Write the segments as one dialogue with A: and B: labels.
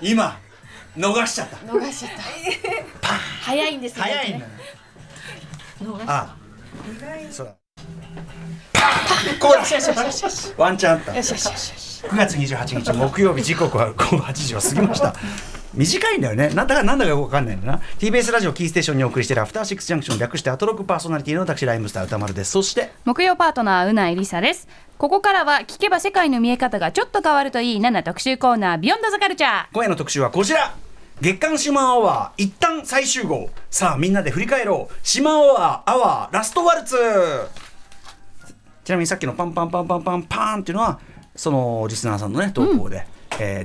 A: 今逃しちゃった
B: 逃しちゃった早いんですね
A: 早いんだよ
B: 逃し
A: あそうだこら
B: よしよしよしよし
A: ワンチャンあった
B: よしよしよしよし
A: 9月28日木曜日時刻は午後8時を過ぎました短いんだよねなんだかなんだかよくわかんないんだな TBS ラジオキーステーションにお送りしているアフターシックスジャンクション略してアトロックパーソナリティの私ライムスター歌丸ですそして
C: 木曜パートナーうないりさですここからは聞けば世界の見え方がちょっと変わるといい7特集コーナービヨンドザカルチャー
A: 今夜の特集はこちら月刊島アワー一旦再集合さあみんなで振り返ろう島アワーアワーラストワルツちなみにさっきのパンパンパンパンパンパーンっていうのはそのリスナーさんのね投稿で、えー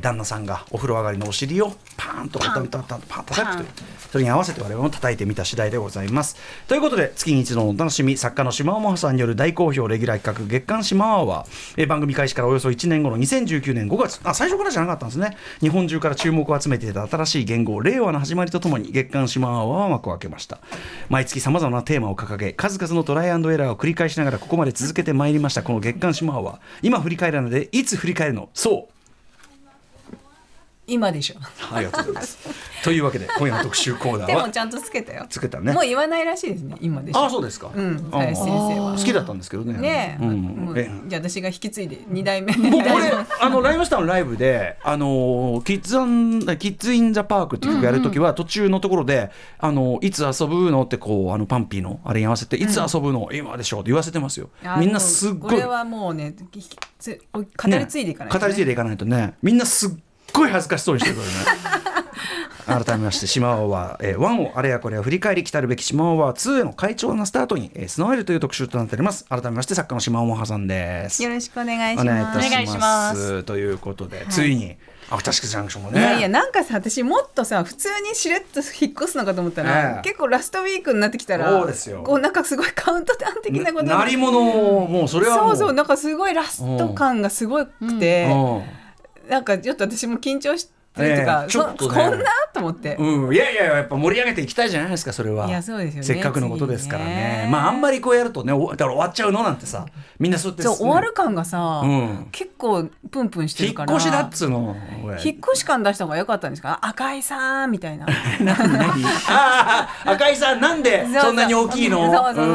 A: 旦那さんがお風呂上がりのお尻をパーンとパンパンパンパン叩くというそれに合わせて我々も叩いてみた次第でございますということで月に一度のお楽しみ作家の島尾真帆さんによる大好評レギュラー企画月刊島アワー、えー番組開始からおよそ1年後の2019年5月あ最初からじゃなかったんですね日本中から注目を集めていた新しい言語令和の始まりとともに月刊島アワーは幕を開けました毎月さまざまなテーマを掲げ数々のトライアンドエラーを繰り返しながらここまで続けてまいりましたこの月刊島アワー今振り返らないでいつ振り返るのそう
D: 今でしょ
A: ありがとうございます。というわけで今夜の特集コーナー
D: でも
A: は
D: ちゃんとつけたよ
A: つけたね
D: もう。言わないらしいですね今でしょ
A: ああそうですか。
D: うん
A: ああ
D: 林先生は
A: 好きだったんですけどね。
D: ねえ、
A: うん
D: もう
A: ええ
D: じゃあ私が引き継いで2代目
A: 僕これあのライムスターのライブで「あのーキッズアンキッズインザパーク」っていう曲やるときは途中のところで「あのいつ遊ぶの?」ってこうあのパンピーのあれに合わせて「いつ遊ぶの今でしょ」って言わせてますよ
D: あ。の
A: みんなすっご
D: こ
A: い
D: れはもうね引きつ語り継いでいかないとね、
A: ね語り継いでいかないとねみんなすっごい恥ずかしそうにしてる からね改めまして島尾は、えー、1をあれやこれや振り返り来たるべき島尾は2への会長のスタートに、えー、スノエルという特集となっております改めまして作家の島尾もはさんです
D: よろしくお願い
A: お
D: し
A: 願いい
D: ます
A: たします
C: お願いします
A: ということで、ついにアフターシックスジャンクションもね
D: いやいやなんかさ私もっとさ普通にしれっと引っ越すのかと思ったら、
A: ねえ
D: 結構ラストウィークになってきたら
A: そうですよ
D: こうなんかすごいカウントダウン的なことに
A: なりものをもうそれは
D: そ
A: もう
D: うそうなんかすごいラスト感がすごくて、
A: うん
D: なんかちょっと私も緊張してるとか、
A: ええちょっとね
D: そこんなと思って、
A: うん、いやいややっぱ盛り上げていきたいじゃないですかそれはい
D: やそうですよね
A: せっかくのことですからね
D: 次ね
A: まああんまりこうやるとねおだから終わっちゃうのなんてさみんなそうやって
D: そう終わる感がさ、
A: うん
D: 結構プンプンして
A: 引
D: るか
A: っ
D: ら
A: 越しだっつうのおい
D: 引っ越し感出した方が良かったんですか赤井さん みたいな
A: 何何ああ赤井さんなんでそんなに大きいの
D: そうそうそう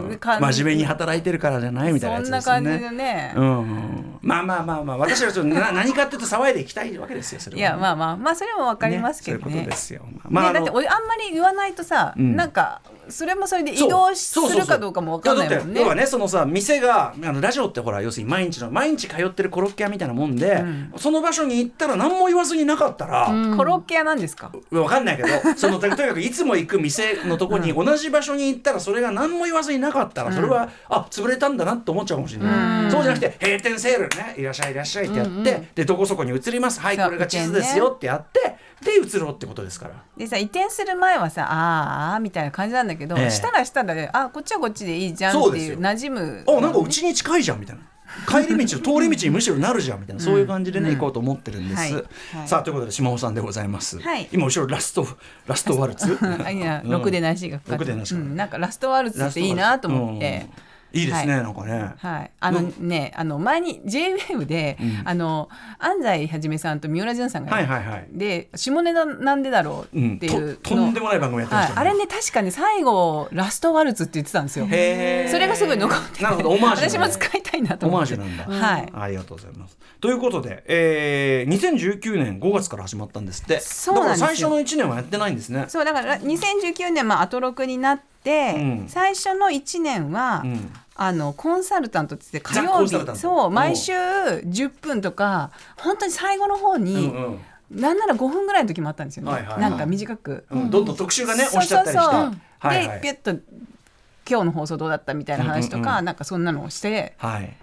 D: そう
A: うん
D: 感じ
A: 真面目に働いてるからじゃないみたいなや
D: そん
A: つで
D: な
A: すよ
D: 感じで
A: ね
D: ね、
A: うんまあまあまあまあ私はちょっと な何かっていうと騒いでいきたいわけですよそれはい
D: や
A: あ
D: まあまあまあそれもわかりますけど
A: そういう
D: ね
A: ことですよまあま
D: ね、だって
A: あ
D: おあんまり言わないとさ、
A: ん
D: なんかそれもそれで移
A: そう
D: 動す
A: そうそうそう
D: るかどうかもわかんないもん
A: いやだって要は
D: ね。
A: ねそのさ店があのラジオってほら要するに毎日の毎日通ってるコロッケ屋みたいなもんで、
D: ん
A: その場所に行ったら何も言わずになかったら、
D: コロッケ屋なんですか。
A: わかん ないけどそのとにかくいつも行く店のとこに同じ場所に行ったらそれが何も言わずになかったらそれは、あ潰れたんだなって思っちゃうかもしれない、
D: うん
A: そうじゃなくて閉店セールねいらっしゃいいらっしゃいってやって、でどこそこに移りますはい
D: そう
A: これが地図ですよってやって、で移ろうってことですから
D: でさ移転する前はさあーあーみたいな感じなんだけど、
A: ええ
D: したらしたらであこっちはこっちでいいじゃん
A: そ
D: っ
A: う
D: て
A: です
D: い
A: よ
D: う馴染む。
A: あなんかうちに近いじゃんみたいな帰り道 通り道にむしろなるじゃんみたいな、そういう感じでね、行こうと思ってるんです、
D: はいはい
A: さあということで島尾さんでございます、
D: はい
A: 今後ろラストラストワルツ
D: あ いや
A: うん
D: ろくでなしがかか
A: ろくでなし
D: う
A: がかかる
D: ん、なんかラストワルツっていいなと思って。
A: うんいいですね、
D: は
A: なんかね
D: はい、あのね、あの前に J-WAVE で、あの安西はじめさんと三浦淳さんが
A: はい
D: やっ
A: はいはい
D: で下ネタなんでだろ
A: う
D: う
A: ん、
D: っていう
A: ととんでもない番組やってま
D: は
A: し
D: い、
A: た、
D: あれね確かね最後ラストワルツって言ってたんですよ
A: へー
D: それがすごい残ってて
A: なるほどオマージュ
D: 私も使いたいなと
A: オマ
D: 思
A: ー
D: っ
A: ジ
D: て
A: ュなんだ、
D: はい
A: ありがとうございますということで、えー、2019年5月から始まったんですって
D: そうなんです
A: だ
D: よ
A: から最初の1年はやってないんですね
D: そうだから2019年まあアトロクになって、
A: うん
D: 最初の1年は、
A: うん
D: あのコンサルタントって言って火
A: ザコ
D: 曜
A: ンサルタン
D: 日
A: ト
D: そううん毎週10分とか本当に最後の方に、
A: うん
D: なんなら5分ぐらいの時もあったんですよね、
A: はいはいはい
D: なんか短く。
A: うんうん、どんどん特集がね
D: そう
A: 押しちゃ
D: そ
A: っ
D: う
A: た
D: そう
A: りして、はいは
D: で
A: い
D: ピュッと今日の放送どうだったみたいな話とか、
A: うんうん
D: なんかそんなのをして
A: はい、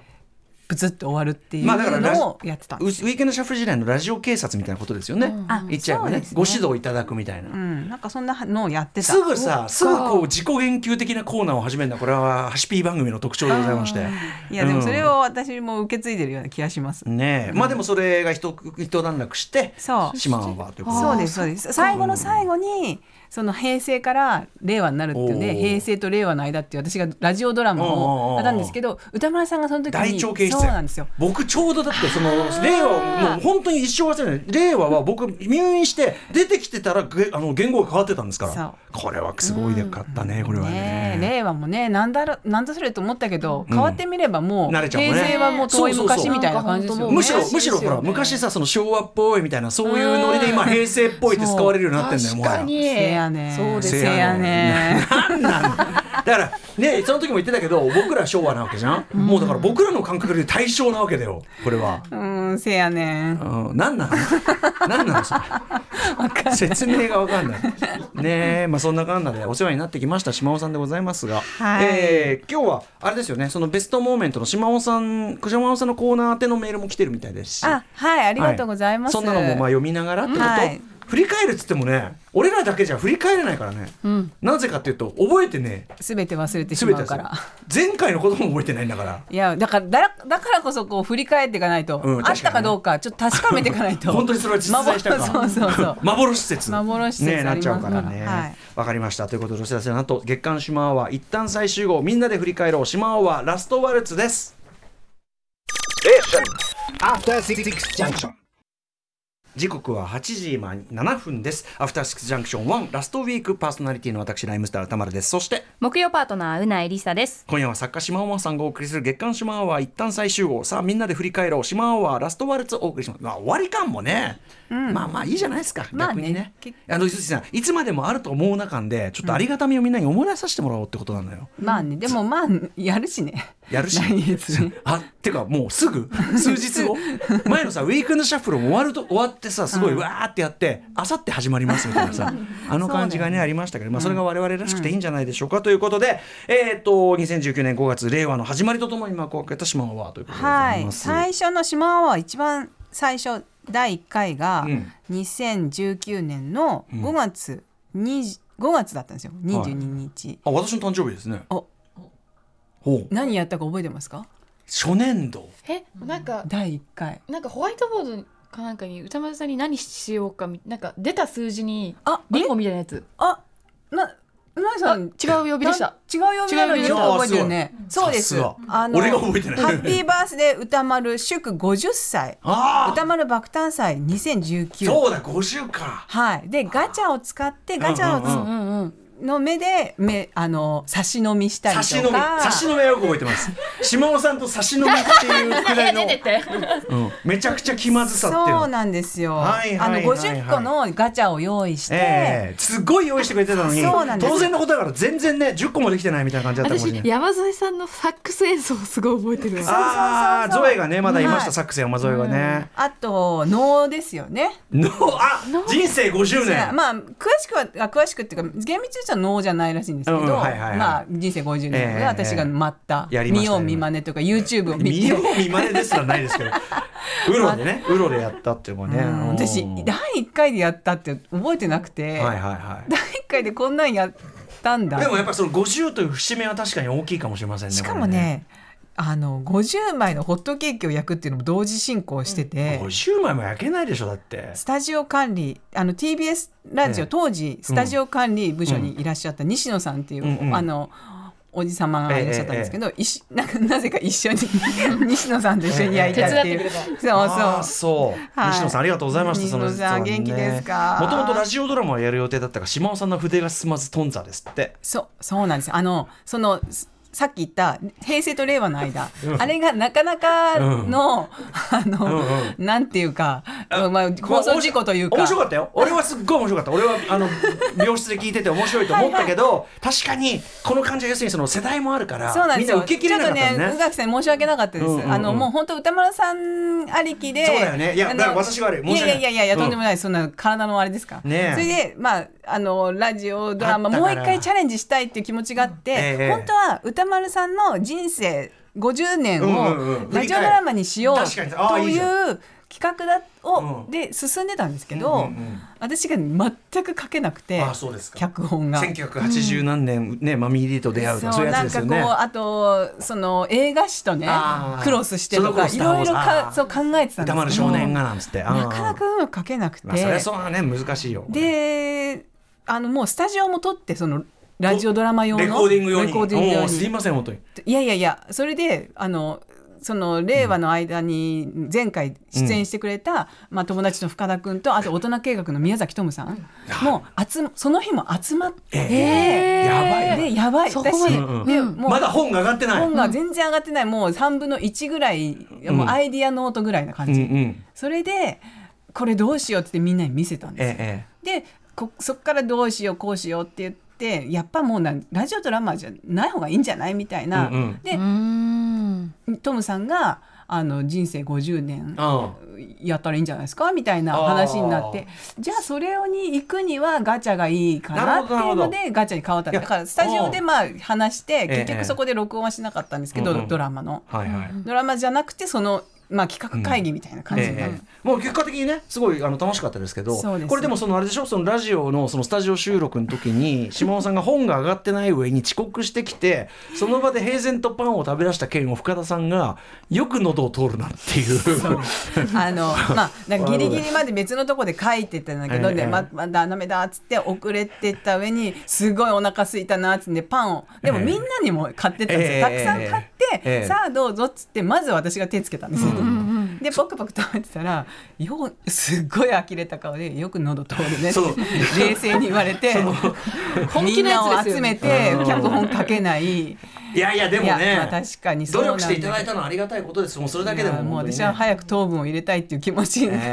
D: ブツッと終わるってい
A: まあだから
D: うのをやってたん
A: ウウ
D: で
A: ィ
D: す、
A: ークエンドシャッフル時代のラジオ警察みたいなことですよね、
D: あ
A: 言っちゃえばね
D: そうですね
A: ご指導いただくみたいな、
D: うん、なんかそんなのをやってた
A: すぐさすぐこう自己言及的なコーナーを始めるのはこれはハシピー番組の特徴でございまして
D: いやでもそれ
A: を、
D: を私も受け継いでるような気がします、
A: うんねえまあでもそれが一一段落して
D: そう
A: しまうわということ
D: そうですそうです最後の最後にその平成から令和になるっていうの
A: お
D: で
A: ー
D: 平成と令和の間っていう私がラジオドラマをやったんですけど歌丸さんがその時に
A: 大腸形質
D: そうなんですよ
A: 僕ちょうどだってその令和をもう本当に一生忘れない令和は僕入院して出てきてたらげあの言語が変わってたんですか
D: そう
A: らこれはすごいでかったね、これは
D: ね
A: ね
D: え令和もねなんだろなんだそれと思ったけど変わってみればもう
A: 慣れちゃうもん
D: 平
A: ね
D: 成はもう遠
A: そうそ
D: い
A: うそう
D: 昔みたいな感じですよね
A: むしろむしろ
D: そうです
A: ほ
D: よ
A: ら昔さその昭和っぽいみたいなそういうノリで今平成っぽいって使われるようになってんだよもはや
D: せやね
B: そうです
A: せ
D: せや
A: や
D: ね
A: ねなんなんだからねその時も言ってたけど僕ら昭和なわけじゃん、もうだから僕らの感覚で対象なわけだよこれは。
D: うんせやね
A: うん、なんなんなんなんそれ説明がわかんないねえまあそんなかんなでお世話になってきました島尾さんでございますが、
D: はい
A: えー今日はあれですよねそのベストモーメントの島尾さん島尾さんのコーナー宛てのメールも来てるみたいですし
D: あはいあ
A: あ
D: りがとうございます、
A: そんなのもまあ読みながらってこと、
D: はい
A: 振り返るっつってもね俺らだけじゃ振り返れないからね、なぜかっていうと覚えてね
D: すべて忘れてし
A: 全
D: ま
A: て
D: う
A: です
D: か
A: よ
D: ら。
A: 前回のことも覚えてないんだから
D: いやだからだだからこそこう振り返っていかないと、
A: うん確か
D: あ
A: に
D: っ
A: ね
D: たかどうかちょっと確かめていかない と
A: 本当にそれは実在し たか
D: そうそうそう
A: 幻施設
D: 幻施設
A: ね
D: あ
A: なっ
D: ります
A: ちゃうからね
D: うん
A: わ、
D: はい
A: かりましたということで吉田さんなんと月刊シマアワー一旦最終号みんなで振り返ろうシマアワーラストワルツです
E: After Six Junction.
A: 時刻は8時今7分ですアフターシックスジャンクション1ラストウィークパーソナリティの私ライムスター歌丸ですそして
C: 木曜パートナーうないりさです
A: 今夜は作家島尾さんがお送りする月刊島アワー一旦最終号さあみんなで振り返ろう島アワーラストワルツをお送りします、まあ、終わり感もね、まあまあいいじゃないですか、
D: まあね
A: 逆にね
D: 結
A: あのゆずきさんいつまでもあると思う中でちょっとありがたみをみんなに思い出させてもらおうってことなのよ、
D: まあねでもまあやるしね
A: やるし
D: 来 月ね
A: あてかもうす ぐ数日後前のさウィークエンドシャッフルも終わると終わってさすごいわーってやってあさって始まりますみたいな さあの感じがねありましたけど、まあ、それが我々らしくていいんじゃないでしょうか、ということで、えっと2019年5月令和の始まりとともに幕を開けた島はということでござ
D: はいい
A: ます。
D: 最初の「島は一番最初第1回が
A: うん
D: 2019年の5月20 5月だったんですよ22日、
A: あ私の誕生日ですね。
D: お
A: ほう
D: 何やったか覚えてますか
A: 初年度
B: えなんか
D: 第1回
B: なんかホワイトボードかなんかに歌丸さんに何しようかみなんか出た数字に
D: あ
B: リンゴみたいなやつ
D: あなうまい
B: あ
D: さ
B: 違
D: ん
B: う呼びでした
D: 違う呼びなのによく覚えてる
A: 違う
D: ね
A: 呼びでした
D: そうです
A: さすが
D: あの
A: 俺が覚えてない
D: ハッピーバースデー歌丸祝50歳
A: ああ
D: 歌丸爆誕祭2019
A: そうだ50か。
D: はいでガチャを使ってガチャをつ
A: うんうん
B: うんうん
D: の目で目あの差し飲みしたり
A: 差し飲み
D: とか
A: 差し飲みはよく覚えてます。島尾さんと差し飲みっていうくら いの、
B: て
A: うん、めちゃくちゃ気まずさっていうの
D: そうなんですよあ
A: はいはい
D: の
A: はいはい
D: 50個のガチャを用意して
A: ええすごい用意してくれてたのに
D: そうなんです
A: 当然のことだから全然ね10個もできてないみたいな感じだったかもし
B: 私
A: れない。
B: 山添さんのサックス演奏をすごい覚えてるわ
A: ああ
D: そうそうそうそう
A: ゾエがねまだいました、
D: はい
A: サックス山添がね。
D: あと能ですよね
A: のあ人生50
D: じゃあ
A: 年。
D: まあ詳しくはあ詳しくっていうか厳密に言うと能じゃないらしいんですけど、
A: うんうんはいはいはい
D: まあ人生50年
A: ええ
D: で私が待った、
A: ええやりまし
D: 見
A: たね
D: よう見まねとか YouTube を見
A: 見よ
D: て。
A: う見まねですらないですけ ど。ウロでねウロでやったっていうのも
D: う
A: ね。
D: ん
A: うん
D: 私第1回でやったって覚えてなく
A: は
D: て、
A: いはいは
D: 第1回でこんなんやったんだ
A: い。でもやっぱその50という節目は確かに大きいかもしれませんね。
D: しかもねあの50枚のホットケーキを焼くっていうのも同時進行して
A: これ
D: て
A: ね、50枚も焼けないでしょだって。
D: スタジオ管理あの TBS ラジ
A: え
D: オ、
A: え
D: 当時スタジオ管理部署にいらっしゃった西野さんっていう、
A: うんうん
D: あのおじ様がいらっしゃったんですけど、いし ななぜか一緒に 西野さんと一緒に焼いたっていう、
B: 手伝って
D: そう
A: あー
D: そう
A: そう、
D: はい
A: 西野さんありがとうございました
D: 西野さ
A: そ
D: ん
A: の
D: 元気ですか
A: もともとラジオドラマをやる予定だったが島尾さんの筆が進まず頓挫ですって
D: そうそうなんですよあのそのすさっき言った平成と令和の間、あれがなかなかの、あの、
A: うん
D: なんていうか、まあ、放送事故というか
A: 面白かったよ俺はすっごい面白かった俺は あの病室で聞いてて面白いと思ったけど確かにこの感じは要するにその世代もあるから
D: そうなん
A: み
D: で
A: んな
D: すよ。
A: 受けきれなかった
D: ち
A: の
D: ょっとね、
A: ね
D: 宇垣さん申し訳なかったです。
A: うんうんうん
D: あのもう本当歌丸さんありきで、
A: そうだよねいや
D: あの
A: だから私が悪い申し訳ない
D: いやいやいやいやとんでもない、そんな体のあれですか。
A: ねえ
D: それでまああのラジオドラ
A: あ
D: マ
A: った
D: もう
A: から
D: 一回チャレンジしたいっていう気持ちがあって、
A: ええ
D: 本当は歌丸さんの人生50年
A: うんうんうん
D: をラジオドラマにしよう
A: 確かにああ
D: と
A: いい
D: い
A: じゃ
D: う企画だを
A: うん
D: で進んでたんですけ
A: うんう
D: ど
A: ん、
D: 私が全く書けなくて
A: あそうですか
D: 脚本が。
A: 1980何年ね、マミー・リーと出会うとか
D: そ
A: そう
D: う
A: いうや
D: な
A: つ
D: ん
A: です
D: か
A: よ
D: こう
A: ね
D: あとその映画誌とね
A: あー
D: クロスしてとか
A: そ
D: い
A: の頃
D: ろい
A: スタ
D: ろ
A: ーウォーズあ
D: か
A: ー
D: そう考えてた
A: 歌
D: んで
A: 丸
D: すけど
A: 少年が
D: な
A: なんつってあー
D: かなかうまく書けなくて、
A: まあ、そりゃそうだね難しいよ
D: であのもうスタジオも撮ってそのラジオドラマ用の
A: レコーディング用に
D: レコーディング用
A: もう
D: に
A: すいません本当に
D: いやいやいやそれであのその令和の間に前回出演してくれた、まあ、友達の深田君とあと大人計画の宮崎智さんも集その日も集まって、
A: えーやばいな
D: でやばい
B: そこまで
D: 私
A: うんうん
D: で
B: うん
D: もう
A: まだ本が上がってない
D: 本が全然上がってないもう3分の1ぐらい、もうアイディアノートぐらいな
A: う
D: 感
A: んう
D: じ、
A: ん
D: それでこれどうしようってみんなに見せたんですよ
A: え
D: でこそこからどうしようこうしようって言ってやっぱもうなラジオドラマじゃない方がいいんじゃないみたい
A: え
D: な、
A: うんうん
D: で
B: うーん
D: トムさんがあの人生50年
A: あ
D: やったらいいんじゃないですかみたいな話になってじゃあそれをに行くにはガチャがいいか
A: な
D: な
A: るほ
D: って
A: ど
D: い
A: な
D: うの
A: るほ
D: でガチャに変わったんで
A: いや
D: だからスタジオでまあ話して
A: ええ
D: 結局そこで録音はしなかったんですけど、
A: うんうん
D: ドラマの、
A: あはいはい
D: ドラマじゃなくてその、まあ、企画会議みたいな感じになる
A: ええもう結果的にねすごいあの楽しかったですけど
D: そうですね
A: これでもそのあれでしょそのラジオのそのスタジオ収録の時 に島尾さんが本が上がってない上に遅刻してきてその場で平然とパンを食べ出した件を深田さんがよく喉を通るなっていう
D: あのまあなんかギリギリまで別のとこで書いてたんだけど
A: ええ
D: ねままだダメだっつって遅れてった上にすごいお腹空いたなっつってパンをでも
A: ええ
D: みんなにも買ってったんですよ、
A: ええ
D: たくさん買って、
A: ええ
D: さあどうぞっつってまず私が手つけたんですよ、でパクパク食べてたらようすっごい呆れた顔でよく喉通るねって
A: そう
D: 冷静に言われ て
B: 本
D: み
B: 気
D: ん
B: のや
D: なを
B: つですよ
D: 集め
B: ね
D: て
A: うん
D: 脚本書けない。
A: いやいやでも
D: いやま
A: ね
D: あ確かにそ
A: 努
D: うなん
A: 力し
D: だ
A: ていただいたのはありがたいことですもうそれだけで
D: い
A: も
D: やもう
A: 本当に
D: 私
A: ね
D: は早く糖分を入れたいっていう気持ちになって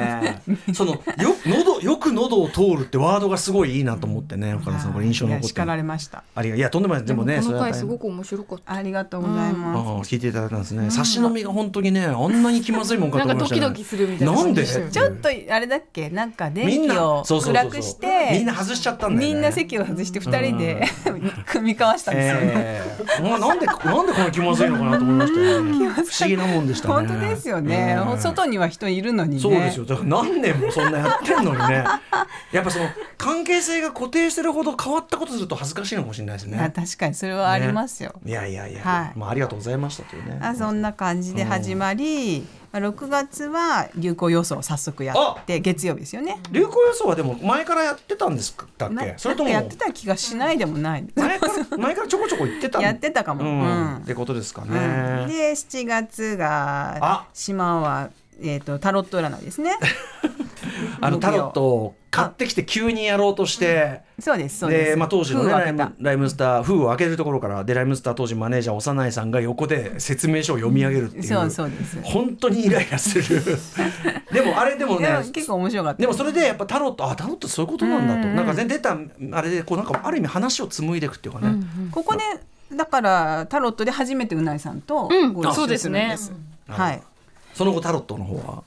A: ええそのよ喉よく喉を通るってワードがすごいいいなと思ってね岡田さんこれ印象
D: い
A: 残
D: や
A: って
D: 叱
A: る
D: られました
A: ありがいやとんでもないですでもね
B: この
A: 大
B: 回
A: 変
B: すごく面白かった
D: ありがとうござい
A: あ
D: ます、
A: あ聞いていただいたんですね、差し飲みが本当にねあんなに気まずいもんかと思いました、ね、
B: なんかドキドキするみたいな
A: なんで
B: 感じでしたよね
D: ちょっとあれだっけなんか
A: みん
D: 電気
A: な
D: を
A: そうそうそうそ
D: 暗
A: う
D: くして
A: みんな外しちゃったんだよね
D: みんな席を外して2人で 組み交わしたんですよ、ね
A: ええもうなんでなんでこんな気まずいのかなと思いました よね不思議なもんでしたね
D: 本当ですよね、
A: うん
D: 外には人いるのにね
A: そうですよだから何年もそんなやってんのにね やっぱその関係性が固定してるほど変わったことすると恥ずかしいのかもしれないです
D: いや
A: ね
D: 確かにそれはありますよ、
A: いやいやいや、
D: はい
A: まあありがとうございましたというね
D: あそんな感じで始まり、まあ6月は流行予想を早速やって月曜日ですよね
A: 流行予想はでも前からやってたんですだっ
D: な
A: け
D: なん
A: それと
D: か
A: も
D: やってた気がしないでもない
A: 前から前からちょこちょこ言ってたん
D: やってたかも、
A: うん
D: うん
A: ってことですかね、
D: うんで7月
A: あ
D: が島は、えー、とタロット占いです ね
A: あのタロットを買ってきて急にやろうとして。
D: そうですそうです
A: でまあ、当時の、ね、
D: 封を
A: ライ
D: 開けた
A: ムライムスター封を開けるところからでライムスター当時マネージャー幼いさんが横で説明書を読み上げるっていう,、
D: そうそうです
A: 本当にイライラす るでもあれでもね
D: でも結構面白かった
A: でもそれでやっぱタロットあタロットそういうことなんだと、
D: うんうん
A: なんかね出たあれでこうなんかある意味話を紡いでいくっていうかね、
D: ここでだからタロットで初めてうないさんと
C: うん
D: ご一緒
B: そうですね
D: するんです
A: うん
D: はい、
A: その後タロットの方は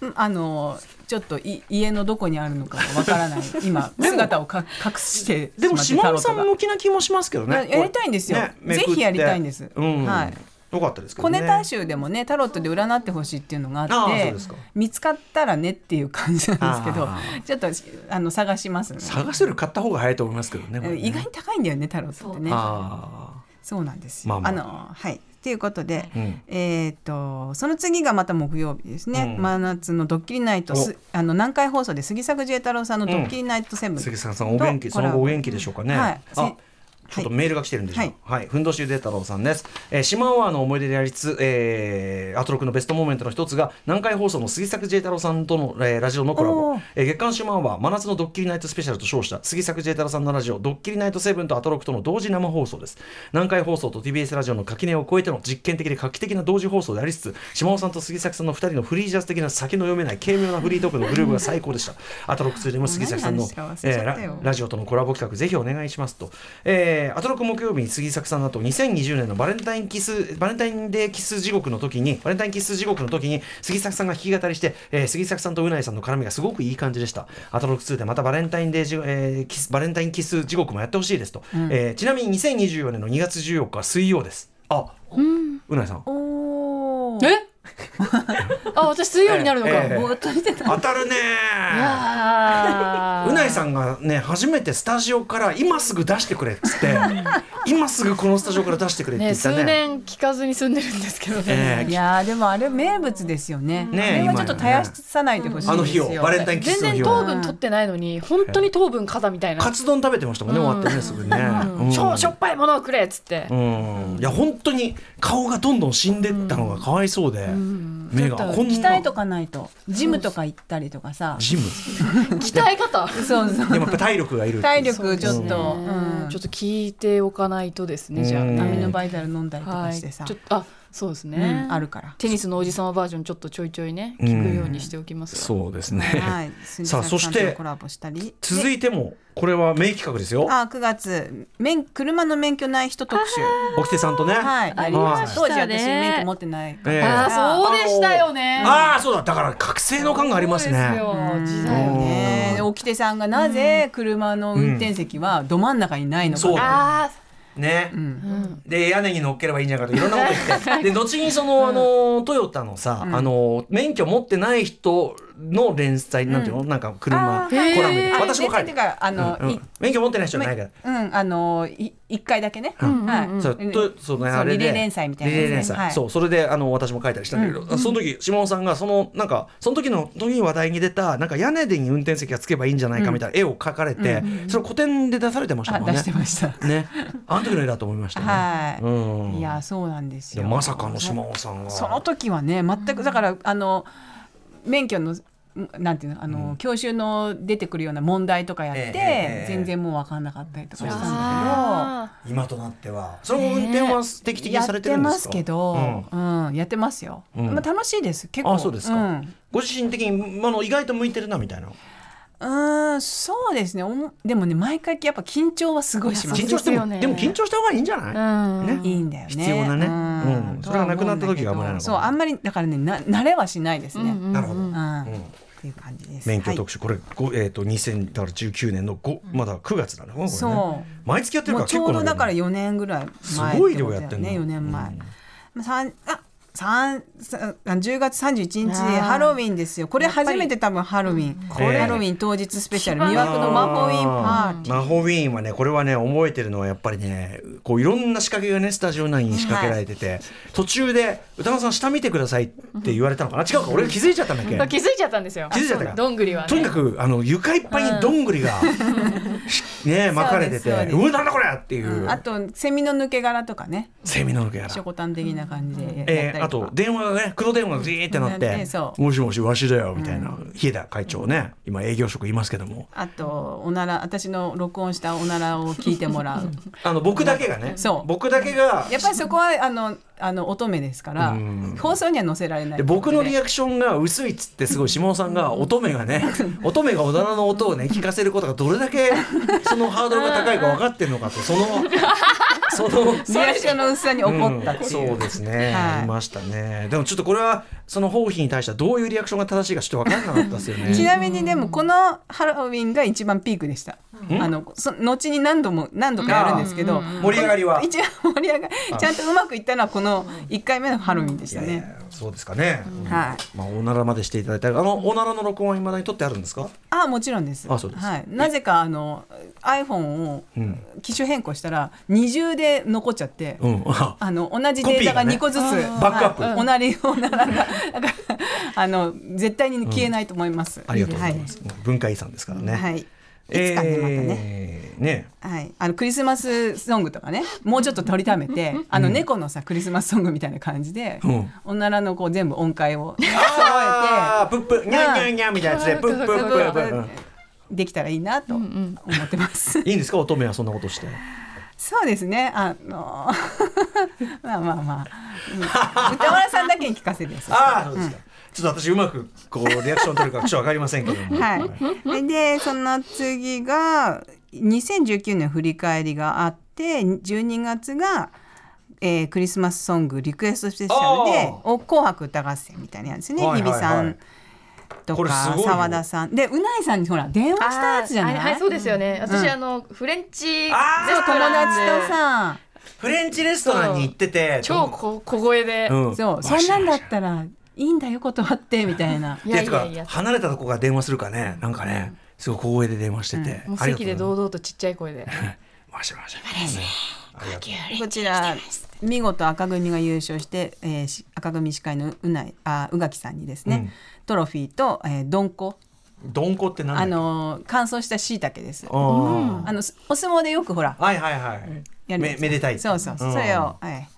D: うんあのちょっとい家のどこにあるのかわからない今姿をか隠して
A: でも
D: しまっ
A: 島尾
D: てタロット
A: さん
D: が
A: 向きな気もしますけどね
D: いややりたいんですよ
A: めくって
D: ぜひやりたいんです
A: うん
D: はい
A: よかったですけど
D: コ
A: ね
D: ネ大衆でもねタロットで占ってほしいっていうのがあっ
A: ああそ
D: て
A: うですか
D: 見つかったらねっていう感じなんですけど
A: あ
D: ちょっとあの探しますね
A: 探せる買った方が早いと思いますけどねこれね
D: 意外に高いんだよねタロットってね
A: あ
D: そうなんですよ、
A: まあまあ
D: のはいということで、
A: うん
D: えっ、とその次がまた木曜日ですね、
A: うん
D: 真夏のドッキリナイトすあの南海放送で杉作慈太郎さんのドッキリナイトセブン、
A: あ杉さんさんお元気
D: とコ
A: そ
D: ラ
A: の
D: ボ
A: 後お元気でしょうかね、
D: はい
A: あちょっとメールが来てるんでしょう。はい、ふんどしゆで太郎さんです。えー、島ワーの思い出でありつつ、えー、アトロクのベストモーメントの一つが、南海放送の杉作 J 太郎さんとの、えーラジオのコラボ
D: おー。
A: えー月刊島ワー、真夏のドッキリナイトスペシャルと称した、杉作 J 太郎さんのラジオ、ドッキリナイトセブンとアトロクとの同時生放送です。南海放送と TBS ラジオの垣根を超えての実験的で画期的な同時放送でありつつ、島尾さんと杉作さんの二人のフリージャズ的な先の読めない軽妙なフリートークのグループが最高で した。アトロク2でも杉作さんの
D: 何の話か忘れ
A: え
D: ち
A: ー
D: ゃったよ
A: ララジオとのコラボ企画ぜひお願いしますと、えー、アトロク木曜日に杉作さんの後2020年のバレンタインキスバレンタインデーキス地獄の時にバレンタインキス地獄の時に杉作さんが弾き語りして、えー杉作さんとうないさんの絡みがすごくいい感じでしたアトロク2でまたバレンタインデーじ、えーキスバレンタインキス地獄もやってほしいですと、えーちなみに2024年の2月14日は水曜ですあうないさん
D: お ー
B: えあ、私水曜になるのか。
A: ええ
D: ぼーっとしてた
A: 当たるね
B: いやー
A: うないさんがね初めてスタジオから今すぐ出してくれっつって今すぐこのスタジオから出してくれって
B: ね
A: 言ったね
B: 数年聞かずに住んでるんですけどね。
A: え
D: い
A: え
D: やーでもあれ名物ですよね。
A: ねえ
D: あれはちょっと絶やさないでほしいですよ。
A: あの日をバレンタインキ
B: 全
A: スの
B: 然
A: 日
B: 糖
A: を
B: 分取ってないのに本当に糖分過多みたいな
A: カツ丼食べてましたもんね終わってねすぐねうん
B: しょしょっぱいものをくれっつって
A: うんいや本当に顔がどんどん死んでったのがかわいそうで目が
D: ちょっ
A: ことん
D: 鍛え
A: な
D: とかないとジムとか行ったりとかさ
A: ジム
B: 鍛え方
D: そうそう
A: でもやっぱ体力がいる
D: 体力ちょっと、
B: ね
D: うん
B: ちょっと聞いておかないとですねじゃあ
A: うん
D: ア
B: ね
D: ミノバイタル飲んだりとか
B: はい
D: して
B: ち
D: さ、
B: ょっとあそうです
D: う
B: ね
D: んあるから。
B: テニスのおじさまバージョンちょっとちょいちょいね
A: うん
B: 聞くようにしておきますわ
A: そうですね
D: はい、杉
A: さあ
D: 崎
A: そ
D: さ
A: し
D: ん
A: て
D: とコラボしたり
A: 続いてもこれは名企画ですよ
D: あ9月免車の免許ない人特集
A: 沖手さんとね
D: はい
C: あ
D: や
C: り
D: りま
A: ま
D: し
A: した
C: た
D: 当
C: ね
D: 時私免許持ってないから、
A: ええ
B: あーそうでしたよね
A: ああそうだだから覚醒の感がありますね
B: そうですよ時
A: だ
B: 代
A: よ
B: を
A: ね
D: ね沖手さんがなぜ車の運転席はど真ん中にないのか、
A: そう
B: あ
A: ね
D: う、ん
B: ーうん
A: で屋根に乗っければいいんじゃないかといろんなこと言ってで 後にそのあのトヨタのさ、
D: うん
A: あの免許持ってない人の連載なんていうの、なんか車
D: あ
A: コ
D: ー
A: ラ
B: はい
A: ムみたい
B: へ
A: な
B: ー
A: 私も書いて
D: てからあの、
A: うんうん
D: い
A: 免許持ってない人じゃないから。
D: うん、あのい一回だけね、
A: うん
D: はい、
A: そうとその
D: そう
A: あれで
D: リレー連載みたいな
A: リ
D: やつね
A: レー連載
D: はい
A: そうそれであの私も書いたりしたんだけど、その時島尾さんがそのなんかその時の時に話題に出たなんか屋根に運転席がつけばいいんじゃないかみたいな絵を描かれて、それ古典で出されてました
D: あ
A: もんね
D: 出してました。
A: ねあの時の絵だと思いましたね、
D: はい、
A: うん
D: いやそうなんです
A: いや
D: よ。
A: まさかの島尾さんが
D: その時はね全くだからあの免許のなんていうのあの、教習の出てくるような問題とかやって、
A: ええ
D: 全然もう分かんなかったりとかしたんだけど。
B: あ
A: 今となってはその運転は定期的にされてるんですか
D: やってますけど、
A: う
D: うん、やってますよ。
A: うん
D: まあ楽しいです。結構。
A: あそうですか
D: うん
A: ご自身的にあの意外と向いてるなみたいな
D: うーん、そうですね。おもでもね、毎回やっぱ緊張はすごいします。
A: 緊張して
B: そうです
A: も
B: よね
A: でも緊張した方がいいんじゃない、
B: ーうん
A: ね
D: いいんだよね。
A: 必要なねうん
D: と
A: それがなくなった時が危ないのかな
D: は思うんだけどそう、あんまりだからね、な慣れはしないですね。うん、
A: なるほど、
D: っていう感じです。
A: 免許
D: はい
A: 特集、これごえっ、と2000だから19年の5まだ9月だねこれね
D: そう
A: 毎月やってるか
D: も
A: ら
D: うち
A: 結
D: ょ
A: 構
D: う
A: な
D: どだから
A: 量
D: 4年ぐらい前
A: すごい量やってんの
D: ね4年前、
A: うん
D: まあ三あ三三あ10月31日で
B: あー
D: ハロウィンですよこれ初めて多分ハロウィンこれ
A: ええ
D: ハロウィン当日スペシャル魅惑の魔法ウィンパーティー
A: マホウィーンはねこれはね覚えてるのはやっぱりねこういろんな仕掛けがねスタジオ内に仕掛けられてて、途中で歌丸さん下見てくださいって言われたのかな違うか俺が気づいちゃったんだっけ、
B: ー気づいちゃったんですよ
A: 気づいちゃったか
B: どんぐりはね
A: とにかくあの床いっぱいにどんぐりが、ね巻かれてて
D: そうです
A: うわなんだこれっていう、
D: うんあとセミの抜け殻とかね
A: セミの抜けやら
D: ショ。コタン的な感じでやったり
A: えー、あと電話がね黒電話がジーってなっ
D: なっててそ
A: 「
D: う
A: もしもしわしだよ」みたいな、日枝会長ね今営業職いますけども
D: あとおなら私の録音したおならを聞いてもらう
A: あの僕だけがね
D: そう
A: 僕だけが
D: やっぱりそこはあのあの乙女ですから、
A: うん
D: 放送には載せられない
A: で僕のリ
D: ア
A: アクションが薄いっつってすごい下尾さんが乙女がね乙女が小田の音をね聞かせることがどれだけそのハードルが高いか分かってるのかとそのその
D: リアクションの薄さに怒ったっていう、
A: んそうですね、
D: はい
A: ありましたねでもちょっとこれはその方妃に対してはどういうリアクションが正しいかちょっと分からなかったですよ
D: ち
A: ね
D: なみにでもこのハロウィンが一番ピークでした。あのそ後に何度も何度かやるんですけど、
A: 盛り上がりは
D: 一番盛り上がちゃんとうまくいったのはこの一回目のハロウィンでし
A: い
D: た
A: やいや
D: ね。
A: そうですかね、うん
D: はい。
A: まあ、おならまでしていただいたあのおならの録音はいまだに取ってあるんですか
D: あもちろんです。
A: あそうです
D: はい。なぜかあの iPhone を
A: ん
D: 機種変更したら二重で残っちゃって。
A: うんあ
D: あの同じデータが
A: コピーがね
D: 2個ずつ、
A: ーバックアップ
D: はいおなりおならがだから あの絶対に消えないと思います。
A: ありがとうございます、うん文化遺産ですからね、
D: はい。はい。いつかねまたね。
A: えーね
D: はい、あのクリスマスソングとかねもうちょっと取りためてあの猫のさクリスマスソングみたいな感じで、
A: うん
D: おならのこう全部音階を
A: あープップニャンニャンニャンみたいなやつで
B: うん
A: プッププップ
D: そう
A: うん
D: できたらいいなと思ってま す。
A: いいんですか乙女はそんなことして
D: そうですねあの まあまあまあ、うん、歌丸さんだけに聞かせです。
A: ああそうですか、ちょっと私うまくこうリアクション取るかちょっと分かりませんけども
D: はい、でその次が2019年振り返りがあって12月が、えークリスマスソングリクエストスペシャルで「
A: あ
D: お紅白歌合戦」みたいなやつね、
A: はいはいはい
D: 日比さんと
A: これす
D: か
A: ごいよ
D: 澤田さんでうないさんにほら電話したやつじゃない
B: あーあれはいそうですよね私
D: うん
B: あのフレンチレスト
A: あ
D: そう友
B: ラン
D: 達
B: で
D: とさ
A: フレンチレストランに行ってて
B: 超こ小声で、
A: うん
D: そうそ
A: わ
D: ん
A: し
D: なんだったらいいんだよ断ってみたいな
B: い
A: で
B: やい
A: と
B: や
A: か
B: いや
A: 離れたとこが電話するかねなんかねすごい光栄で電話してて、
B: もう
A: ありがと
B: 席で
A: うご
B: 堂々とちっちゃい 声で
A: ざいますわしわしありがとう
D: こちら見事赤組が優勝して、えーし赤組司会のうないあ宇垣さんにですね、トロフィーと、えー、どんこ
A: どんこって何
D: あのー乾燥したしいたけです
A: あー
D: あのすお相撲でよくほら
A: はいはいはい、
D: やるや
A: め
D: つ
A: めでたい
D: そうそうそう、
A: ん
D: それを、はい、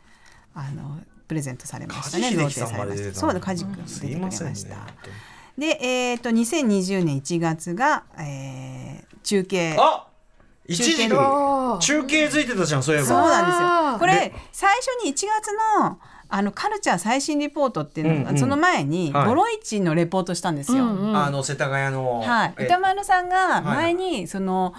D: あのプレゼントされましたね
A: 梶秀
D: 贈
A: 樹さ
D: 呈
A: ん
D: さ
A: ま
D: れ
A: で
D: ま
A: 出
D: してた
A: た
D: そうだ梶君
A: す
D: 出て
A: い
D: くれま
A: ませんね
D: した、でえっ、と2020年1月が、えー、中継
A: あ一時期
D: 中継
B: の
A: 中継ついてたじゃんそういえば
D: そうなんです
B: あ
D: よ
B: ー
D: こ
A: で
D: れ最初に1月のあのカルチャー最新リポートっていうのが、
A: うんうん
D: その前に、
A: はい
D: ボロイチのレポートしたんですよ、
B: うんうん
A: あの世田谷の、
D: はい、
A: え
D: 歌丸さんが前にその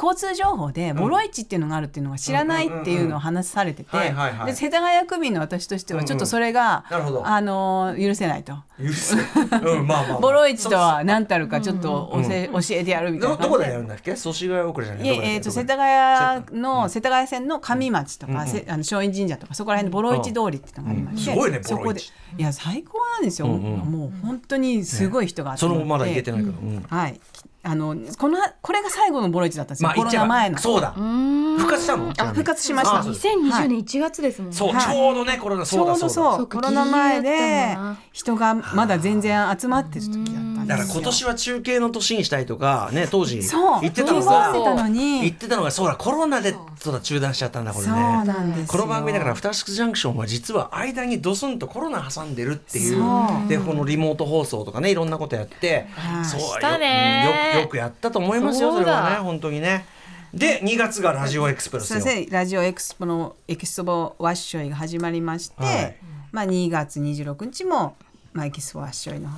D: 交通情報でボロ市っていうのがあるっていうのが知らないっていうのを話されてて
A: うんうんうんはいはいはい
D: で世田谷区民の私としてはちょっとそれが、
A: うんうんなるほど
D: あの許せないと
A: 許せうんまあまあまあ
D: ボロ市とは何たるかちょっとおせ、教えてやるみたい
A: ど
D: な
A: どこでや
D: よ
A: るんだっけ祖師ヶ谷遅れじゃない
D: い
A: どこだっけ
D: ええーと
A: どこ
D: 世
A: だっ
D: 田谷の世田谷線の上町とか、
A: うん
D: せあの松陰神社とかそこら辺でボロ市通りっていうのがありまして、
A: うんすごいね
D: そ
A: ボ
D: こ
A: ロ
D: で
A: 市
D: いや最高なんですよ、
A: うんうん
D: もう本当にすごい人が
A: け
D: 集
A: そ
D: ま
A: の
D: っ
A: 後まだ
D: て、
A: 行けてないけど、うん
D: はい。あのこのこれが最後のボロイチだったんですよ。
A: まあ
D: コ
A: 行
D: ロ
A: っちゃ
D: ナ
A: え
D: 前の
A: ばそうだ復活したの
D: あ復活しました
A: あそうです
B: 2020年1月ですもんね、
A: そう、
D: はい
A: ちょうどねコロナ
D: ち
A: そう
D: ょ
A: だ
D: う
A: そう
D: ど
A: だ
D: そう
B: そうか
D: コロナ前
B: ギリギリだった
D: で
B: んだな
D: 人がまだ全然集まってる時だったんですよ。
A: だから今年は中継の年にしたいとかね当時
D: そう
A: 言ってたの
D: 希望し
A: が
D: てたの
A: 言
D: に
A: ってたのがそうだコロナでそうだ中断しちゃったんだこれ
D: そ
A: ね
D: うなんですよ。
A: この番組だから「アフターシックスジャンクション」は実は間にドスンとコロナ挟んでるっていう
D: そう
A: でこのリモート放送とかねいろんなことやって
D: はい
A: そう
C: したね
A: よよくやったと思いますよそ
C: そう
A: れ
C: だ
A: はね本当にねで2月がラジオエクスプレス
D: すい
A: よ
D: ませんラジオエクスポのエキスポワッショイが始まりまして、
A: はい
D: まあ2月26日もまあエキスポワッショイの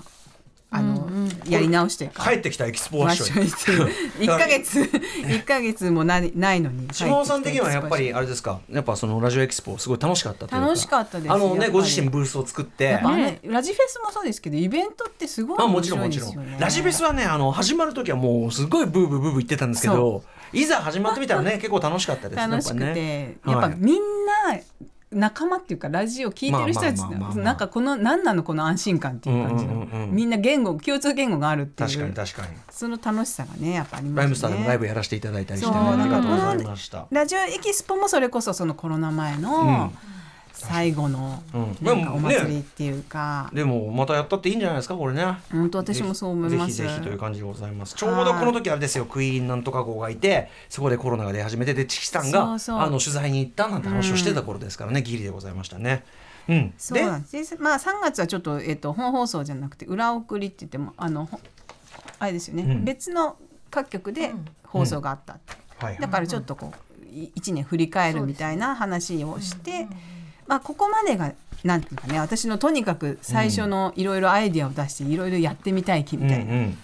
D: あの、やり直しというか。
A: 帰ってきたエキスポ
D: ワ
A: ワ
D: ッ
A: ッ
D: シ
A: シ
D: ョ
A: ョイ
D: イって いう一ヶ月一ヶ月もないないのに帰ってきた
A: 島尾さん的にはやっぱりあれですかやっぱそのラジオエキスポすごい楽しかったという
D: 楽しかったです
A: あの
D: やっぱ
A: ね
D: り
A: ご自身ブースを作って
D: やっぱあのラジフェスもそうですけどイベントってすごい
A: あも
D: 面
A: ちろん
D: 白
A: も
D: い
A: ち
D: で
A: ろ
D: すよね
A: ん。ラジフェスはねあの始まる時はもうすごいブーブーブーブー言ってたんですけどいざ始まってみたらね結構楽しかったですね
D: 楽しく
A: やっぱ
D: て
A: ね
D: やっぱ
A: はい
D: みんな仲間っていうかラジオ聞いてる人たち
A: まあまあまあまあまあ
D: なんかこの何なのこの安心感っていう感じ
A: うんうんうん
D: の
A: うん
D: みんな言語共通言語があるって
A: 確か
D: い
A: に
D: う
A: 確かに
D: その楽しさがねやっぱありま
A: ライムス
D: す
A: ターでもライ
D: ね
A: ブやらせていただいたりしてね
D: そう
A: ありがとうご
D: な
A: ざ
D: ん
A: い
D: か
A: ました
D: ラジオエキスポもそれこそそのコロナ前
A: うん
D: の最後の
A: うん
D: なんかお
A: で
D: 祭
A: も
D: り
A: ね
D: っていうか
A: でもまたやったっていいんじゃないですかこれね
D: 本当私もそう思います
A: ぜひぜひという感じでございますちょうどこの時あれですよクイーンなんとか号がいてそこでコロナが出始めてでチキさんが
D: そうそう
A: あの取材に行ったなんて話をしてた頃ですからねギリでございましたねうん
D: そう
A: で
D: なんです。まあ3月はちょっとえっ、と本放送じゃなくて裏送りって言ってもあのほあれですよね、
A: うん
D: 別の各局で放送があったって、
A: はい
D: だからちょっとこうい一年振り返るみたいな話をして、まあここまでがなんていうかね私のとにかく最初のいろいろアイディアを出していろいろやってみたい気みたいな。
A: うんうん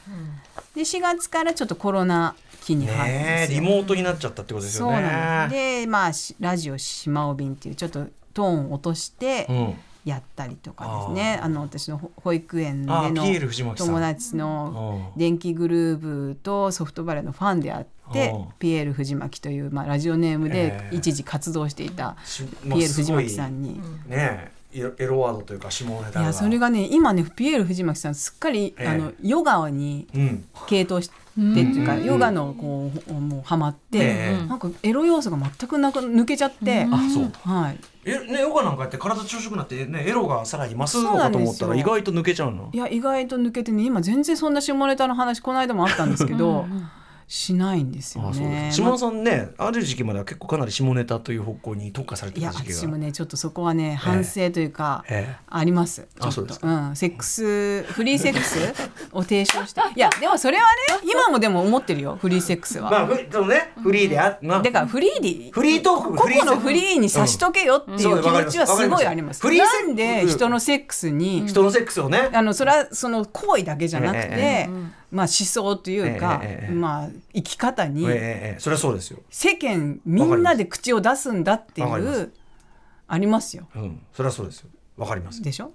D: で4月からちょっとコロナ期に入るんで
A: ねえ
D: す
A: リ
D: よ。
A: モートになっちゃったってことです
D: そう
A: よね
D: なんです。でまあしラジオ島尾便っていうちょっとトーンを落として。
A: うん
D: やったりとかですねあの私のほ保育園で
A: あ
D: の
A: ピエール藤巻さん
D: 友達の電気グルーブとソフトバレーのファンであって
A: うん
D: ピエール藤巻という、まあ、ラジオネームで
A: ええ
D: 一時活動していた
A: し
D: ピ
A: もう
D: エール
A: す
D: 藤
A: ごい
D: 巻さんに。
A: ねえエロエロワードというか下ネタ
D: い
A: が
D: やそれがね今ねピエール藤巻さんすっかり、
A: ええ
D: あのヨガに
A: うん
D: 傾倒してっていうか、ヨガのこうほもうハマって、
A: ええ
D: なんかエロ要素が全くなく抜けちゃって、
A: あそう
D: はい、
A: えねヨガなんかやって体調子よくなってねエロがさらに増すのかと思った
D: そう
A: ら
D: なんですよ
A: 意外と抜けちゃうの
D: いや意外と抜けてね今全然そんな下ネタの話この間もあったんですけどしないんですよ
A: あそう
D: ね
A: です。島田さんね、ある時期までは結構かなり下ネタという方向に特化されて
D: いや
A: た時期
D: 私
A: が
D: も。ねちょっとそこはね反省というか、
A: ええ
D: あります
A: あ
D: ちょ
A: そ
D: っと
A: うですか
D: ん、セックスフリーセックスを提唱していやでもそれは ね今もでも思ってるよフリーセックスは。
A: まあ、ふそのね、フリーであ、まあ、
D: だからフリーで
A: フリートーク
D: 個々のフ
A: フ
D: リ
A: リー
D: ーに差しとけよっていう気持ちはすごいあります。
A: うんそうわかり
D: な
A: ます
D: ん
A: わかります
D: で人のセックスに
A: 人のセックスをね、
D: あのそれはその行為だけじゃなくて、
A: ええ
D: まあ、思想というか、
A: ええええ
D: まあ、生き方
A: え
D: に
A: えええええそれはそうですよ。
D: 世間みんなで口を出すんだってい
A: わかりま
D: うありますよ。
A: うん、それはそうですよ。わかります。
D: でしょ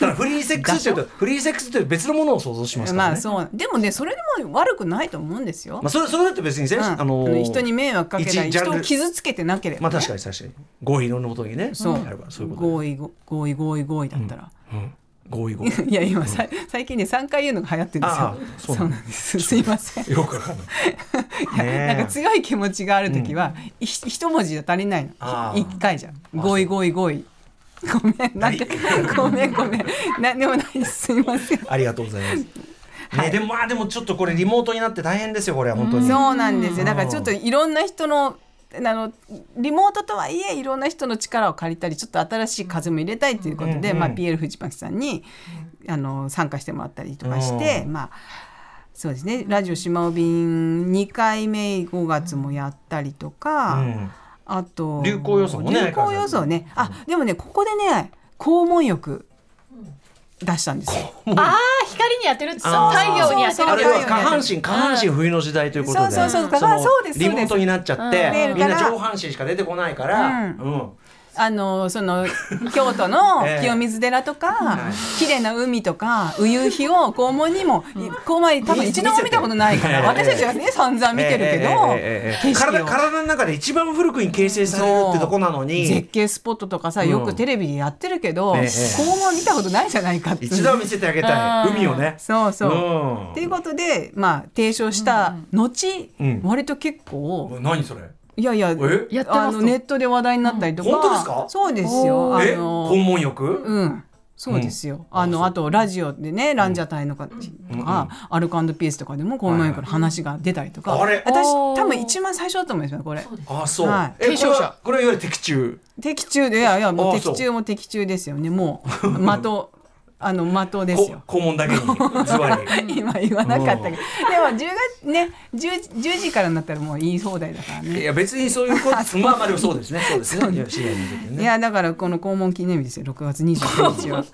A: ただフリーセックスって言うとフリーセックスって別のものを想像しますからね。
D: まあそうでもねそれでも悪くないと思うんですよ
A: まあ、、それそれだって別にね、
D: うん
A: あのー
D: 人に迷惑かけない
A: 一ジャン
D: 人
A: ル
D: を傷つけてなければ、ね
A: まあ確かに確かに合意のもとにね
D: そう
A: あればそういうこと
D: 合意合意合意合意だったら、
A: で、うん、合意合意
D: いや今さ最近ね3回言うのが流行ってるんです
A: あ
D: よ
A: あそう なんだ
D: なんですすいません
A: よくわかんない
D: いや
A: ねえ
D: なんか強い気持ちがある時は、いひ一文字じゃ足りないの
A: あー
D: 1回じゃん「ごいごいごい」ごめんなんか ごめんごめん何でもないですすいません
A: ありがとうございます、ねでもまあでもちょっとこれリモートになって大変ですよこれは本当に
D: そうなんですよだからちょっといろんな人のあのリモートとはいえいろんな人の力を借りたりちょっと新しい風も入れたいということで、
A: うんうん
D: まあ、PL 藤巻さんに、あの参加してもらったりとかして、まあそうですねラジオ島尾便2回目5月もやったりとか。
A: うん
D: あと
A: 流行予想もね
D: 流行予想ねあでもねここでね肛門浴出したんですよ
B: あ光に当てるって
A: あー
B: 太陽に当
D: そう
A: あ
B: て
A: る
B: る
A: い
D: そう
A: は下半身下半身冬の時代ということで
D: そうそうそう
A: そ
D: あ
A: の
D: そうです
A: リモートになっちゃって
D: うん
A: みんな上半身しか出てこないから、う
D: うんんあのその京都 の
A: ええ
D: 清水寺とか、綺麗な海とか夕日を肛門にも肛門に多分一度も見たことないから、
A: ええ
D: 私たちはね散々見てるけ
A: えええ
D: ど、
A: えええええ
D: 景色を
A: 体体の中で一番古くに形成されるってとこなの
D: 絶
A: に
D: 景スポットとかさよくテレビでやってるけど、
A: ええええ
D: 肛門見たことないじゃないかっていう
A: 一度は見せてあげたい海をね
D: そうそう、
A: ん
D: っていうことで、まあ、提唱した後、
A: うん
D: 割と結構、
A: 何それ
D: いやいや
A: え
B: やって
D: あ
B: ま
D: の
B: す
D: ネットで話題になったりとか、
A: うん本当ですか
D: そうですよあ
A: え
D: の
A: 肛門浴
D: うんそうですよ、あのあとラジオでねランジャタイの方とか、アルコピースとかでもこのようの話が出たりとか、
A: はいはいあれ
D: 私
C: おー
D: 多分一番最初だと思うんですよこれ
A: あそう
D: はい
A: え
B: 継承者
A: これはこれはいわゆる的中
D: 的中でいやいやも
A: あ
D: う
A: ーそう
D: 的中も的中ですよねも う的あの的ですよ
A: こ肛門だけにズバリ
D: 今言わなかったけどでも10月ね 10, 10時からになったらもう言い放題だから ね
A: いや別にそういうことまあまあでもそうです ねそうですねいや深夜に出て
D: い
A: ね
D: やだからこの肛門記念日ですよ6月25日は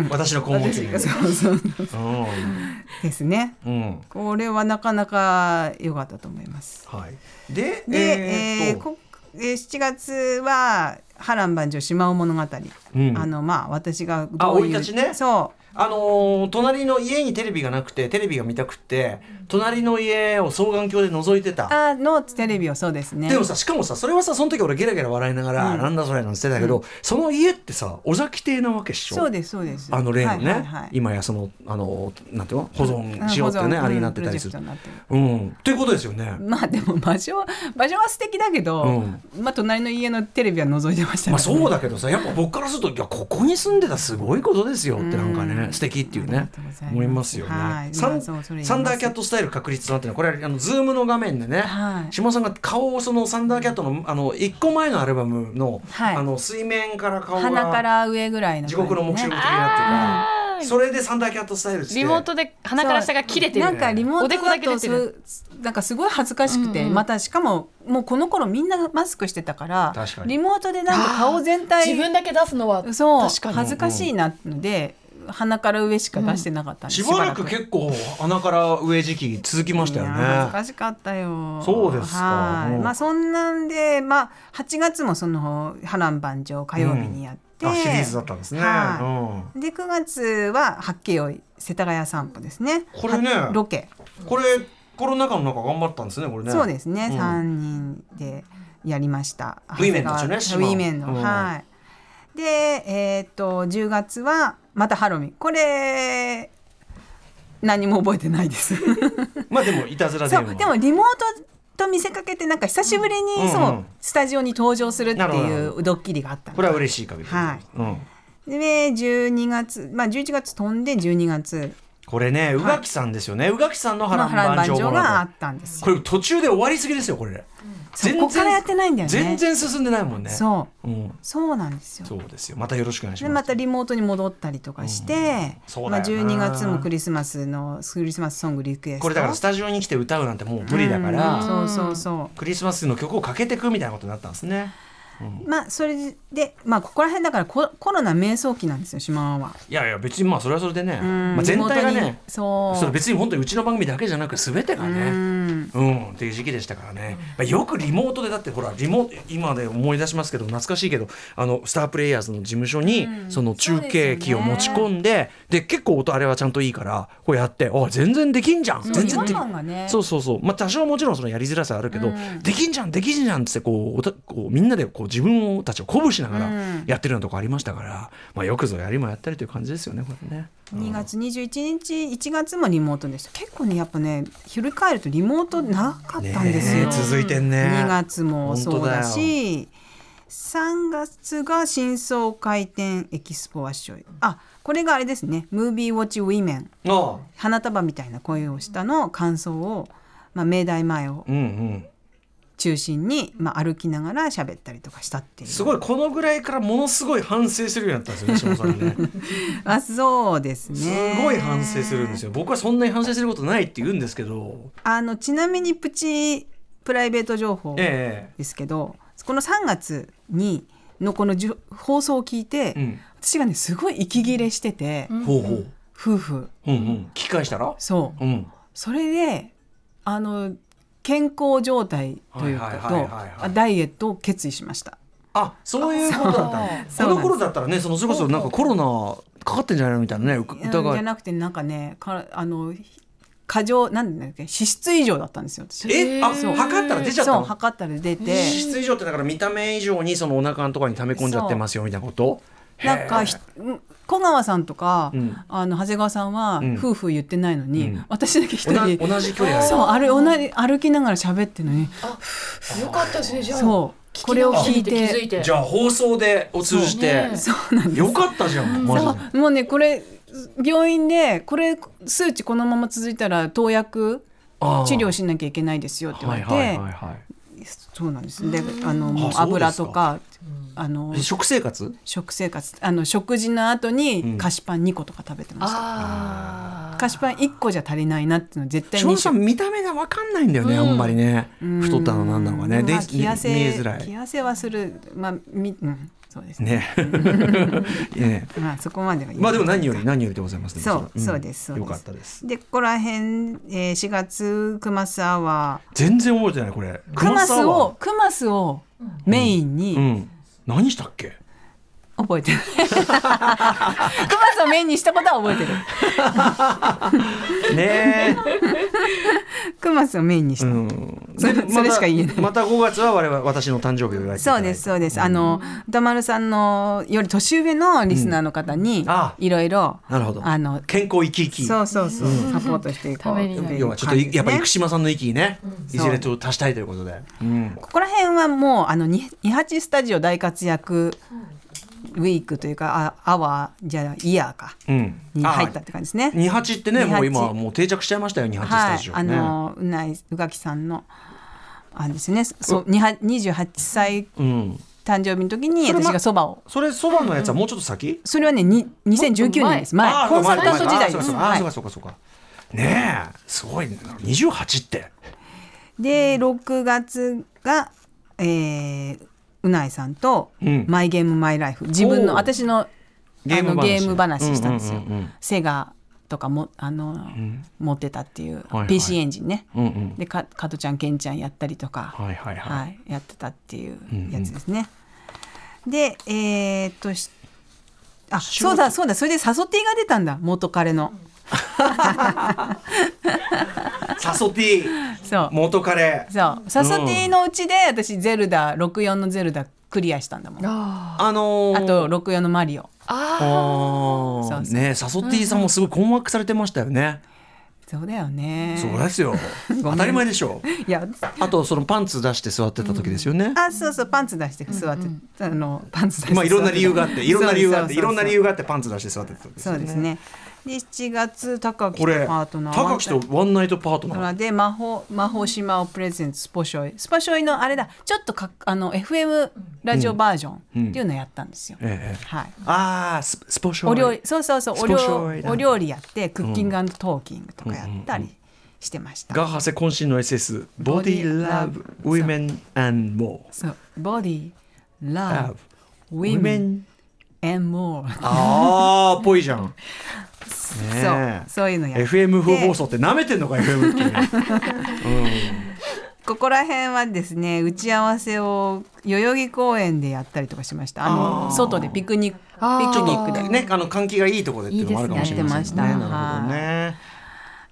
A: 私の肛門記念日
D: そうそう
A: う
D: ですね
A: んうん
D: これはなかなか良かったと思います
A: はいで
D: で、え
A: え
D: ー
A: ーっと
D: こえー7月は波乱万丈島尾物語、
A: うん
D: あのまあ私が
A: あ
D: どういう
A: 生い立ちね
D: そう
A: あのー隣の家にテレビがなくてテレビが見たくて隣の家を双眼鏡で覗いてた
D: あのテレビをそうですね
A: でもさしかもさそれはさその時俺ゲラゲラ笑いながら、なんだそれなんて言ってたけど、その家ってさ尾崎邸なわけっしょ
D: そうですそうです
A: あの例のね、
D: はいはいはい
A: 今やそのあのなんていうの保存しようっていうね、
D: うん
A: あれになってたりする
D: うんプロジェクトになって
A: う
D: る
A: んということですよね、
D: まあでも場所は場所は素敵だけど、まあ隣の家のテレビは覗いてました
A: まあ
D: からね
A: そうだけどさやっぱ僕からするといやここに住んでたすごいことですよってなんかね素敵っていう
D: あり
A: ね
D: がとうございます
A: 思いますよ
D: は
A: ね
D: い
A: サ
D: ま
A: ン
D: あそうそれ言います
A: サンダーキャットスタイル確立なんていうのはこれあのズームの画面でね
D: はい
A: 島さんが顔をそのサンダーキャットのあの一個前のアルバムの
D: はい
A: あの水面から顔が
D: 鼻から上ぐらいの
A: 地
D: 感じね、
A: 獄の目標的なっていうかそれでサンダーキャットスタイルして
B: リモートで鼻から下が切れてる
D: なんかリモート
B: おでこだ
D: だ
B: け出
D: と
B: て
D: す
B: る
D: るなんかすごい恥ずかしくて、またしかももうこの頃みんなマスクしてたから
A: 確かに
D: リモートでなんか顔全体
B: 自分だけ出すのは
D: そう
B: 確かに
D: 恥ずかしいなので鼻から上しか出してなかったんです、
A: しばらく結構穴から上時期続きましたよ
D: いやー恥ず
A: ね。
D: かしかったよ
A: そうですか
D: はい
A: うん
D: まあそんなんでまあ8月もその波乱万丈火曜日にやって、
A: あシリーズだったんですね。
D: は
A: う
D: で9月は八景よ世田谷散歩ですね
A: これね
D: はロケ、
A: んこれコロナ禍の中頑張ったんですねこれね。
D: そうですね、
A: うん
D: 三人でやりました
A: ウィメンの人ね
D: 長谷川ウィメンの、
A: うん
D: はいでえっと10月はまたハロウィンこれ何も覚えてないです
A: まあでもいたずら電
D: そ
A: 話。
D: うでもリモートと見せかけてなんか久しぶりに、
A: うん
D: そう
A: うん
D: スタジオに登場するって
A: なるほどなる
D: い
A: ほ
D: うドッキリがあったの
A: これは嬉しい限りでございます。うん。
D: で12月まあ11月飛んで12月
A: これね宇垣さんですよね。宇垣さんの波
D: の
A: 乱
D: 波乱
A: 万
D: 万
A: 丈
D: 丈
A: 物
D: があ
A: 語。
D: ったんです
A: こ
D: よ
A: れ途中で終わりすぎですよこれ。
D: そこからやってないんだよね
A: 全然進んでないもんね。う。。
D: そうんそうなんですよ
A: そうですよ。またよろしくお願いし
D: で
A: ます。
D: またリモートに戻ったりとかして、
A: そう
D: ま
A: だ
D: あ、
A: よな
D: 12月もクリスマスのクリスマスソングリクエスト
A: これだからスタジオに来て歌うなんてもう無理だから。
D: うんそうそうそ
A: クリスマスの曲をかけてくみたいなことになったんですね。
D: うまあそれでまあここら辺だからココロナ迷走期なんですよ島はい
A: やいや別にまあそれはそれでね、
D: うん
A: まあ、全体が
D: リモートに
A: ね
D: そう
A: それ別に本当にうちの番組だけじゃなく全てがね、
D: うん
A: うん、っていう時期でしたからね、まあ、よくリモートでだってほらリモ今で思い出しますけど懐かしいけどあのスタープレイヤーズの事務所にその中継機を持ち込んで,、で結構音あれはちゃんといいからこうやってあ全然できんじゃん全然で
D: 違
A: き
D: 和感がね
A: そうそうそうまあ多少もちろんそのやりづらさはあるけど、できんじゃんできんじゃんっつってこうおたこうみんなでこう自分をたちを鼓舞しながら
D: うん
A: やってるようなとこありましたから、まあ、よくぞやりもやったりという感じですよねこれね。
D: 2月21日1月もリモートでした結構ねやっぱね振り返るとリモートなかったんです
A: ね
D: よ、
A: え続いてんね。
D: 2月もそうだ
A: 本
D: し3月が新装開店エキスポワッショイあこれがあれですねムービーウォッチウィメン
A: あ
D: 花束みたいな声をしたの感想を、まあ、明大前を
A: あうんうん。
D: 中心に、まあ、歩きながら喋ったりとかしたっていう
A: すごいこのぐらいからものすごい反省するようになったんですよね 下村さんね
D: あそうです
A: す
D: ね
A: ごい反省するんですよ僕はそんなに反省することないって言うんですけど
D: あのちなみにプチプライベート情報で
A: え
D: すけど、この3月にのこのじゅ放送を聞いて、
A: えうん
D: 私がねすごい息切れしてて、
A: ほうほう
D: 夫婦
A: うんうん聞き返したら
D: そう
A: うん
D: それであの健康状態というこ
A: はいはいはいはいはい
D: とあダイエットを決意しました
A: あそういうことだったね
D: そ
A: こ
D: うなんで
A: の
D: す
A: 頃だったらねそのそれこそなんかコロナかかってんじゃないのみたいなねう
D: うんじ
A: 疑
D: ゃ
A: い
D: なくてなんかねかあの過剰なんだっけ脂質異常だったんですよ私
A: えあ
D: そう
A: 測ったら出ちゃった
D: そう
A: の
D: 測ったら出て
A: 脂質異常ってだから見た目以上にそのお腹のところに溜め込んじゃってますよみたいなこと
D: なんかひ小川さんとか、
A: うん
D: あの長谷川さんは
A: うん
D: 夫婦言ってないのに、
A: うん
D: 私だけ一
A: おな
D: 人
A: 同じ距離
D: そう
A: あ
D: あれ同じ歩きながら喋ってるのに
B: よかったですねじゃあ
D: そうこれを聞い
B: 聞き直してみて気づ
D: て
B: いて
A: るじゃあ放送でを通じて
B: ね
D: そうなんです
A: よかったじゃんマジで
D: そうもうねこれ病院でこれ数値このまま続いたら投薬
A: あー
D: 治療しなきゃいけないですよって言われて、
A: はいはいはいはい
D: そうなんですであのもう
A: あそうで
D: 油
A: すか
D: とかあの
A: え食生活
D: 食生活あの食事の後
A: うん
D: に菓子パン2個とか食べてました、
B: ああ
D: 菓子パン1個じゃ足りないなっていうのは絶対
A: しょ
D: に
A: うさん見た目が分かんないんだよね、あんまりね太ったのなんだのかねで
D: まあ気痩せ
A: 見えづら
D: 気
A: い
D: 痩せはするまあみ、うん、そうですね
A: ね ね
D: まあそこまでは言え
A: まあ
D: ない
A: でも何より何よりでございますね
D: そう
A: れは
D: そうですそうです
A: よかったです
D: でここら辺、えー、4月クマスアワ
A: 全然覚えてないこれ
D: ークマス
A: 沢
D: をクマスをメインに、
A: うん何したっけ
D: 覚え てないクマスをメインにしたことは覚えてる
A: ね
D: クマスをメインにし
A: え、う
D: た、
A: ん、で
D: それそれしか言えない
A: またまた5月は我々私の誕生日を祝いていた
D: そ
A: だ
D: う
A: いて
D: ですそうです、あの歌丸さんのより年上のリスナーの方に
A: んあ
D: いろいろ
A: なるほど
D: あの
A: 健康生き生き
D: そうそうそう、サポートしていこ
B: た
D: う
B: めになる
A: 要はちょっとやっぱ生
D: し
A: 島さんの息ね、い
D: そう
A: ずれと足したいということで、うん、
D: ここら辺はもうあのに二八スタジオ大活躍ウィークというかあアワーじゃあイヤーか
A: うん、
D: に
A: あ
D: 入ったって感じですね。
A: 二八ってねもう
D: 28
A: 今はもう定着しちゃいましたよ二八ス
D: は
A: タ
D: い
A: ジ、オ
D: あ
A: ね、
D: のうないうがきさんのあれですね。そう二八二十八歳
A: うん
D: 誕生日の時に
A: それ
D: 私
A: ま
D: がそばを。
A: それそばのやつはもうちょっと先、
D: それはねに2019年です前
A: あー
D: コンサルタント時代
A: そうか
D: です、
A: そうかあー
D: は
A: そうか、そ
D: い
A: うかそうかねえすごいね二十八って
D: で6月が、えーうないさんと、
A: うん
D: マイゲームマイライフ」自分
A: お
D: の
A: ー
D: 私の
A: ゲーム
D: あの
A: 話
D: ゲーム話したんですよ、
A: うんうんうんうん
D: セガとかもあの、持ってたっていう、
A: はい
D: PC エンジンね、
A: うんうん
D: でか加トちゃんケンちゃんやったりとか、
A: はいはいはい、
D: はい、やってたっていうやつですね。で、えーっとし、あ、
A: 仕
D: そ
A: 事
D: うだそうだ、それで誘ってが出たんだ、元彼の。
A: サソティ
D: そう、
A: 元カレ
D: そう、誘ってのうちで、私ゼルダ六四のゼルダクリアしたんだもん。あ
A: あのー、
D: と六四のマリオ。
A: あ
D: そ
A: ー
D: うそう
A: ねえサソティさんもすごい困惑されてましたよね、
D: そうだよね。
A: そうですよ 当たり前でしょ
D: いや、
A: あとそのパンツ出して座ってた時ですよね、
D: あ、そうそう、パンツ出して座って、あのパンツ出して。
A: まあいろんな理由があっていろんな理由があっていろんな理
D: 由。
A: 由があってパンツ出して座ってたんです
D: そ
A: よ
D: うですね。で、七月高木
A: ことれ
D: パートナー。
A: 高木とワンナイトパートナー
D: で魔法魔法島をプレゼンツスポショイスポショイのあれだちょっとかあの FM ラジオバージョンっていうのやったんですよ、
A: ええ
D: はい
A: ああススポショイ
D: お料理そうそうそうお
A: スポショイ
D: 料
A: だ
D: お料理やってクッキングトーキングとかやったりしてました、
A: ガハセ渾身の SS ボディラブウィメンアンモ
D: そうボディ
A: ーラ
D: ラ
A: ブ
D: ブウ
A: ウィ
D: ィ
A: メ
D: メン
A: ン
D: and more
A: ああぽいじゃん
D: です、
A: ねえ
D: そうそういうのやって
A: FM 風放送って舐めてん のか FM って
D: ここら辺はですね打ち合わせを代々木公園でやったりとかしましたあの外でピクニック
B: あー
D: ピクニックで
A: ねあの換気がいいところでっていうのもあるかもしれませんね
D: いいですね
A: なるほどね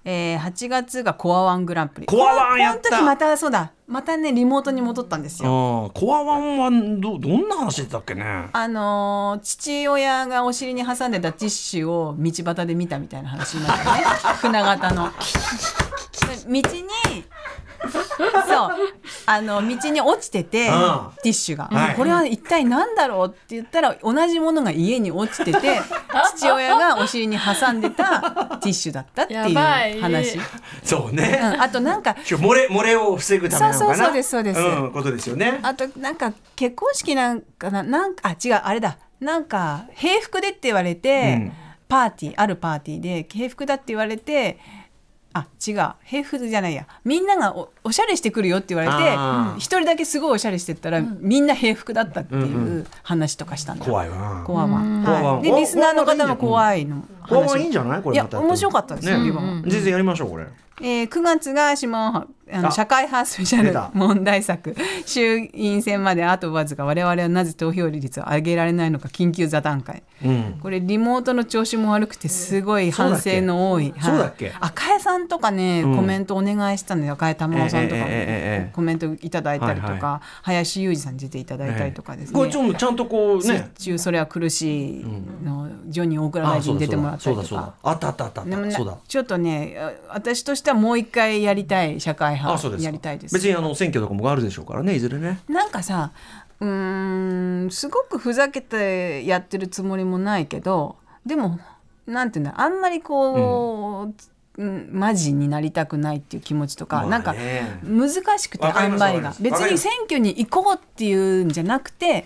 D: えー、8月がコアワングランプリ
A: コアワンやった
D: この時またそうだまたねリモートに戻ったんですよ
A: あコアワンはどどんな話だったっけね
D: あのー父親がお尻に挟んでたティッシュを道端で見たみたいな話になったね 船形の道にそうあの道に落ちてて、
A: うん
D: ティッシュが、
A: はい
D: これは一体何だろうって言ったら同じものが家に落ちて て父親がお尻に挟んでたティッシュだったってい
B: やばいう
D: 話、
A: そう
D: う
A: ね
D: ん、あとなんか
A: 今日漏れ漏れを防ぐためなのかな
D: そうそうそうですそうです
A: ん、ことですよね
D: あとなんか結婚式なんかななんかあ違うあれだなんか平服でって言われて、
A: うん
D: パーティーあるパーティーで平服だって言われてあ違う平服じゃないやみんながおおしゃれしてくるよって言われ
A: あー
D: て一人だけすごいおしゃれしてったら、みんな平服だったって
A: うん
D: いう話とかしたんだ、
A: 怖いわ
D: コアワン、
A: コアワン
D: はい、で
A: コアワン
D: リスナーの方も怖いの話
A: コアワンいいんじゃないこれ
D: いや
A: また
D: 面白かったですよ、
A: ね
D: リバは
A: 全然やりましょうこれ
D: えー9月が島尾あの
A: あ
D: 社会派スペシャ
A: 出
D: ル
A: た
D: 問題作衆院選まであとわずか我々はなぜ投票率を上げられないのか緊急座談会
A: うん
D: これリモートの調子も悪くてすごい反省の多いはい
A: そうだっけ
D: 赤江さんとかね
A: うん
D: コメントお願いしたので赤江玉緒さん
A: えええ
D: とかも
A: えええ
D: コメントいただいたりと
A: はい
D: か林裕二さんに出ていただいたりとかです
A: これち
D: ね
A: ょっとちゃんとこうね
D: 中それは苦しいのジョニー大蔵大臣に出てもらったりと
A: そうだそうだ
D: か。
A: あったあったあったあった
D: でもね
A: そうだ
D: ちょっとねあ私としてはもう一回やりたい社会
A: あそうで
D: 派
A: すか
D: やりたいです
A: 別にあの選挙とかもあるでしょうからねいずれね
D: なんかさうーんすごくふざけてやってるつもりもないけどでもなんていうんだあんまりこう、うんマジになりたくないっていう気持ちとか、
A: まあね
D: なんか難しくて
A: わかり
D: 塩
A: ます
D: 梅
A: わ
D: が
A: かりま
D: 別
A: す
D: に選挙に行こうっていうんじゃなくて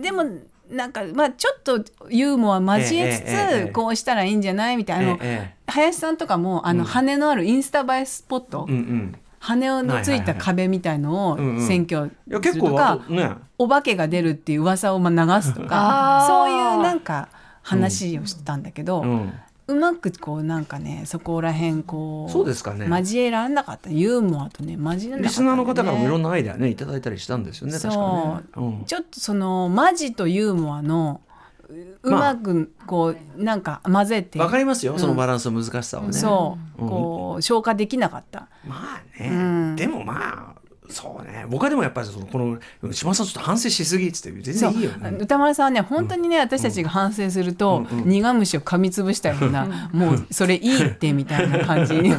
D: でもなんかまあちょっとユーモア交えつつ、
A: ええええええ
D: こうしたらいいんじゃないみたいな、あの
A: ええ
D: 林さんとかもあの、羽のあるインスタ映えスポット、
A: うんうん
D: 羽をのついた壁壁みたいのを
A: うんうん
D: 選挙
A: い
D: す
A: や
D: る
A: 結
D: と
A: 構あ
D: か
A: と、ね
D: お化けが出るっていう噂をまあ流すと
B: あ
D: か
B: ー
D: そういうなんか話をしたんだけど、う
A: うん
D: まくこうなんかねそこら辺こう
A: そうですかね
D: 交えられなかったユーモアとね交えられなかった、ね、
A: リスナーの方からもいろん
D: な
A: なアイデアねいただいたりしたんですよね
D: そ
A: 確
D: う
A: かねうん
D: ちょっとそのマジとユーモアのうう
A: まあ
D: まくこうなんか混ぜて、
A: わかりますよそのバランスの難しさをね
D: そう、
A: うん
D: こう消化できなかった。
A: まあね、
D: うん
A: でもまあそうね僕はでもやっぱりそのこの島田さんちょっと反省しすぎっつって全然いいよ
D: あの
A: ね。
D: 歌丸さんはね本当にね私たちが反省すると、
A: うんうん
D: 苦虫を噛みつぶしたような、もうそれいいってみたいな感 じ出し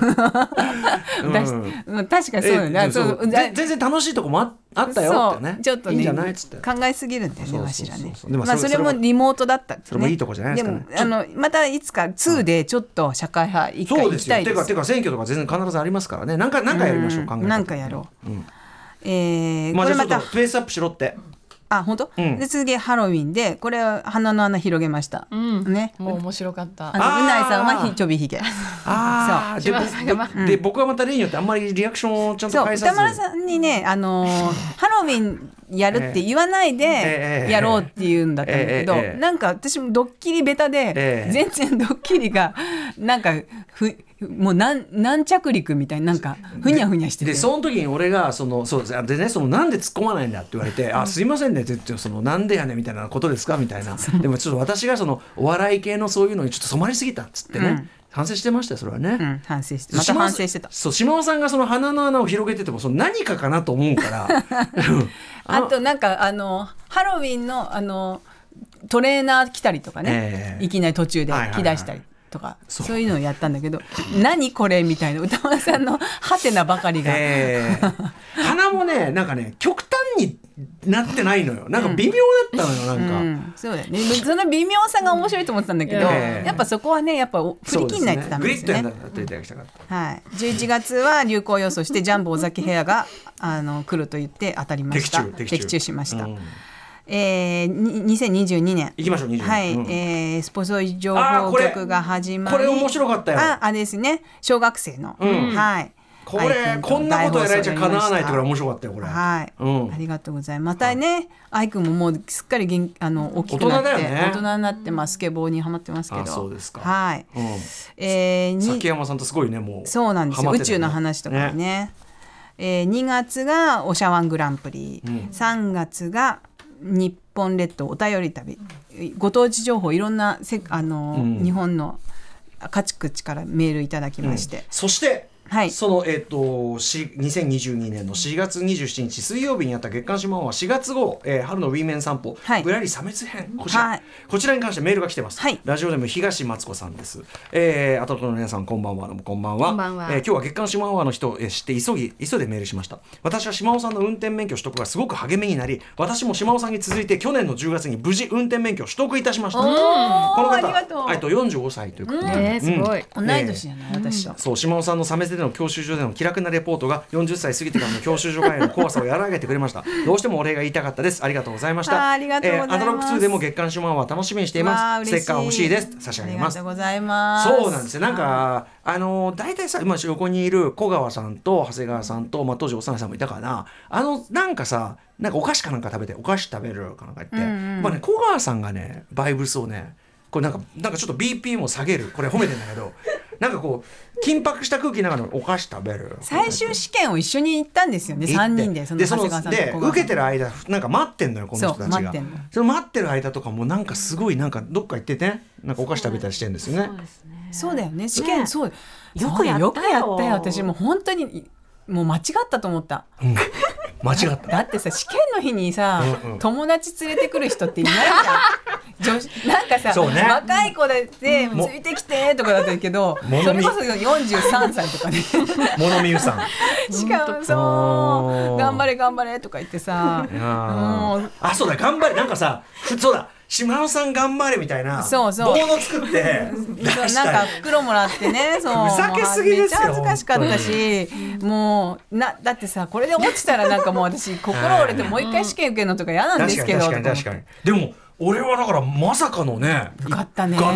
D: うん確かにそうだよ
A: え
D: ねあ
A: そ
D: そうう
A: ぜ全然楽しいとこもああったよってね
D: そうちょっとね
A: いいんじゃないっつって。
D: 考えすぎるんだよ
A: そ
D: ね
A: う
D: わ
A: そう
D: し
A: そう
D: ら
A: そう
D: ね
A: でも
D: まあ
A: そ
D: そ
A: れ
D: れも
A: それも
D: リモートだったんですね
A: それもいいとこじゃないですかね
D: でもあのまたいつか2でちょっと社会派一回
A: そう
D: 行
A: で
D: き
A: すよ
D: たい
A: て
D: です
A: かてか選挙とか全然必ずありますからね何回何回やりましょう考え
D: ん
A: 方
D: なんかやろう、
A: ん
D: えー
A: まあ
D: こ
A: じ
D: れ
A: ゃあ
D: ま
A: ちょ
D: た
A: っとペースアップしろって
D: あ本当、
A: うん
D: で次ハロウィンでこれは鼻の穴広げました、
B: うん
D: ね
B: もう面白かった
D: あの
A: あー
D: うないさんはひちょびひげ
A: ああで
B: 島田さんがま
A: ででで僕はまた例によってあんまりリアクションをちゃん
D: そ
A: と
D: う
A: 返さ
D: 歌
A: ず
D: 丸さんにね、あ のーハロウィンやるって言わない
A: え
D: で
A: え
D: やろうって言うんだったんだけど、
A: ええええ
D: なんか私もドッキリベタで、
A: ええ
D: 全然ドッキリがなんかふもうなん軟着陸みたいになんかふにゃふにゃしてて
A: でその時に俺がそのそうですでねそのなんで突っ込まないんだって言われて「あすいませんね」って言ってその「なんでやねん」みたいなことですかみたいなでもちょっと私がそのお笑い系のそういうのにちょっと染まりすぎたっつってね、
D: うん
A: 反省してましたよそれはね。
D: うん、反省してまた反省してた
A: そう島尾さんがその鼻の穴を広げててもその何かかなと思うからうん
D: あとなんかあのハロウィンのあのトレーナー来たりとか
A: え
D: ね、
A: え
D: いきなり途中で
A: はいはいはい
D: 着出したりとか、
A: そう
D: そういうのをやったんだけど「何これ」みたいな歌丸さんのハテナばかりが。
A: え ー鼻もねなんかね極端になってないのよなんか微妙だったのよなんか。
D: うん、そうだよねその微妙さが面白いと思ってたんだけど、
A: ええ
D: やっぱそこはねやっぱお振り切んないとダメですよね
A: そうですねグリッとやっていただきたかった。
D: はい、11月は流行予想してジャンボ尾崎ヘアがあの来ると言って当たりました
A: 的中的中
D: しました、
A: うん
D: えー、に2022年
A: 行きましょう22年
D: はい、
A: うん
D: えースポソイ情
A: あー
D: 報
A: これ
D: 局が始まり
A: これ面白かったよ
D: ああれですね小学生の、
A: うん
D: はい
A: これこんなことやられちゃかなわないってこれ面白かったよこれ
D: はい、
A: うん
D: ありがとうございます。またね、愛くんももうすっかり元気あの大きくな
A: 大人
D: って
A: だよね
D: 大人になってまあスケボーにはまってますけど。
A: あそうですか
D: はい。
A: うん
D: えー、に
A: 崎山さんとすごいねもう
D: そうなんですよ、
A: ハマっ
D: 宇
A: てたよ
D: 宙の話とかねえー2月がおしゃワングランプリ、3月が日本列島お便り旅ご当地情報いろんなせあの、
A: うん
D: 日本の家畜地からメールいただきまして、
A: そして、
D: はい
A: その、えっとし2022年の4月27日水曜日にあった月刊シマンは4月号、えー春のウィーメン散歩、
D: はい
A: ぶらり差別編こちら、
D: はい
A: こちらに関してメールが来てます、
D: はい
A: ラジオネーム東松子さんです、えー、あとの皆さんこんばんはどうもこんばんは
B: こんばんは
A: えー今日は月刊シマンの人を、えー知って急ぎ急いでメールしました私は島尾さんの運転免許取得がすごく励みになり私も島尾さんに続いて去年の10月に無事運転免許を取得いたしましたこの
D: ありがとう
A: えっと45歳ということで、
B: ねえすごい
A: うん
D: 同い年じゃない、私と。
A: そう島尾さんのサメでの教習所での気楽なレポートが40歳過ぎてからの教習所会の怖さを和らげてくれました どうしてもお礼が言いたかったですありがとうございました
D: あーありがとうございます
A: アトロック2でも月刊島尾は楽しみにしてい
D: わあ
A: ま
D: 嬉
A: す
D: しい
A: ステッカー欲しいです差し上げます
D: ありがとうございます。
A: そうなんですよなんかあの大体さ今横にいる小川さんと長谷川さんと、まあ、当時おさなさんもいたかなあのなんかさなんかお菓子かなんか食べてお菓子食べるかなんか言って、まあね、小川さんがねバイブスをねこれなんかなんかちょっと BPM を下げるこれ褒めてんだけど なんかこう緊迫した空気の中でお菓子食べる
D: 最終試験を一緒に行ったんですよね、三人で、その長谷川さんと
A: で
D: 小
A: 受
D: 川さ
A: け
D: ん
A: てる間なんか待ってんのよこの人たち
D: そう待っ
A: が
D: てんの
A: その待ってる間とかもなんかすごいなんかどっか行っててなんかお菓子食べたりしてんですよね
B: そうですね
D: そうだよね試験、
B: ね
D: そう
B: よ
D: よ
B: く
D: く
B: やったよ
D: よくやったよ私もう本当にもう間違ったと思った
A: 間違った
D: だってさ試験の日にさ
A: うんうん
D: 友達連れてくる人っていないじゃん女子なんかさ、
A: そうね
D: 若い子だって「つ
A: も
D: いてきて」とかだったけど
A: も
D: それこそ43歳とか ね
A: 物見ゆさん
D: しかも
A: あ
D: そ
A: ー
D: う「頑張れ頑張れ」とか言ってさも
A: あ
D: う
A: ーあそうだ頑張れなんかさふそうだ島尾さん頑張れみたいな
D: そうそう
A: ボード作って出
D: そう
A: し
D: なん
A: た
D: か
A: り
D: 袋もらっ てね、そう。
A: ふざけすぎですよ
D: めっちゃ恥ずかしかったし、もうなだってさこれで落ちたらなんかもう私心折れてもう一回試験受けるのとか嫌なん
A: 確
D: です
A: かに
D: け
A: 確
D: ど。
A: かに確かにでも俺はだからまさかのね
D: 受かったね
A: 受かっ。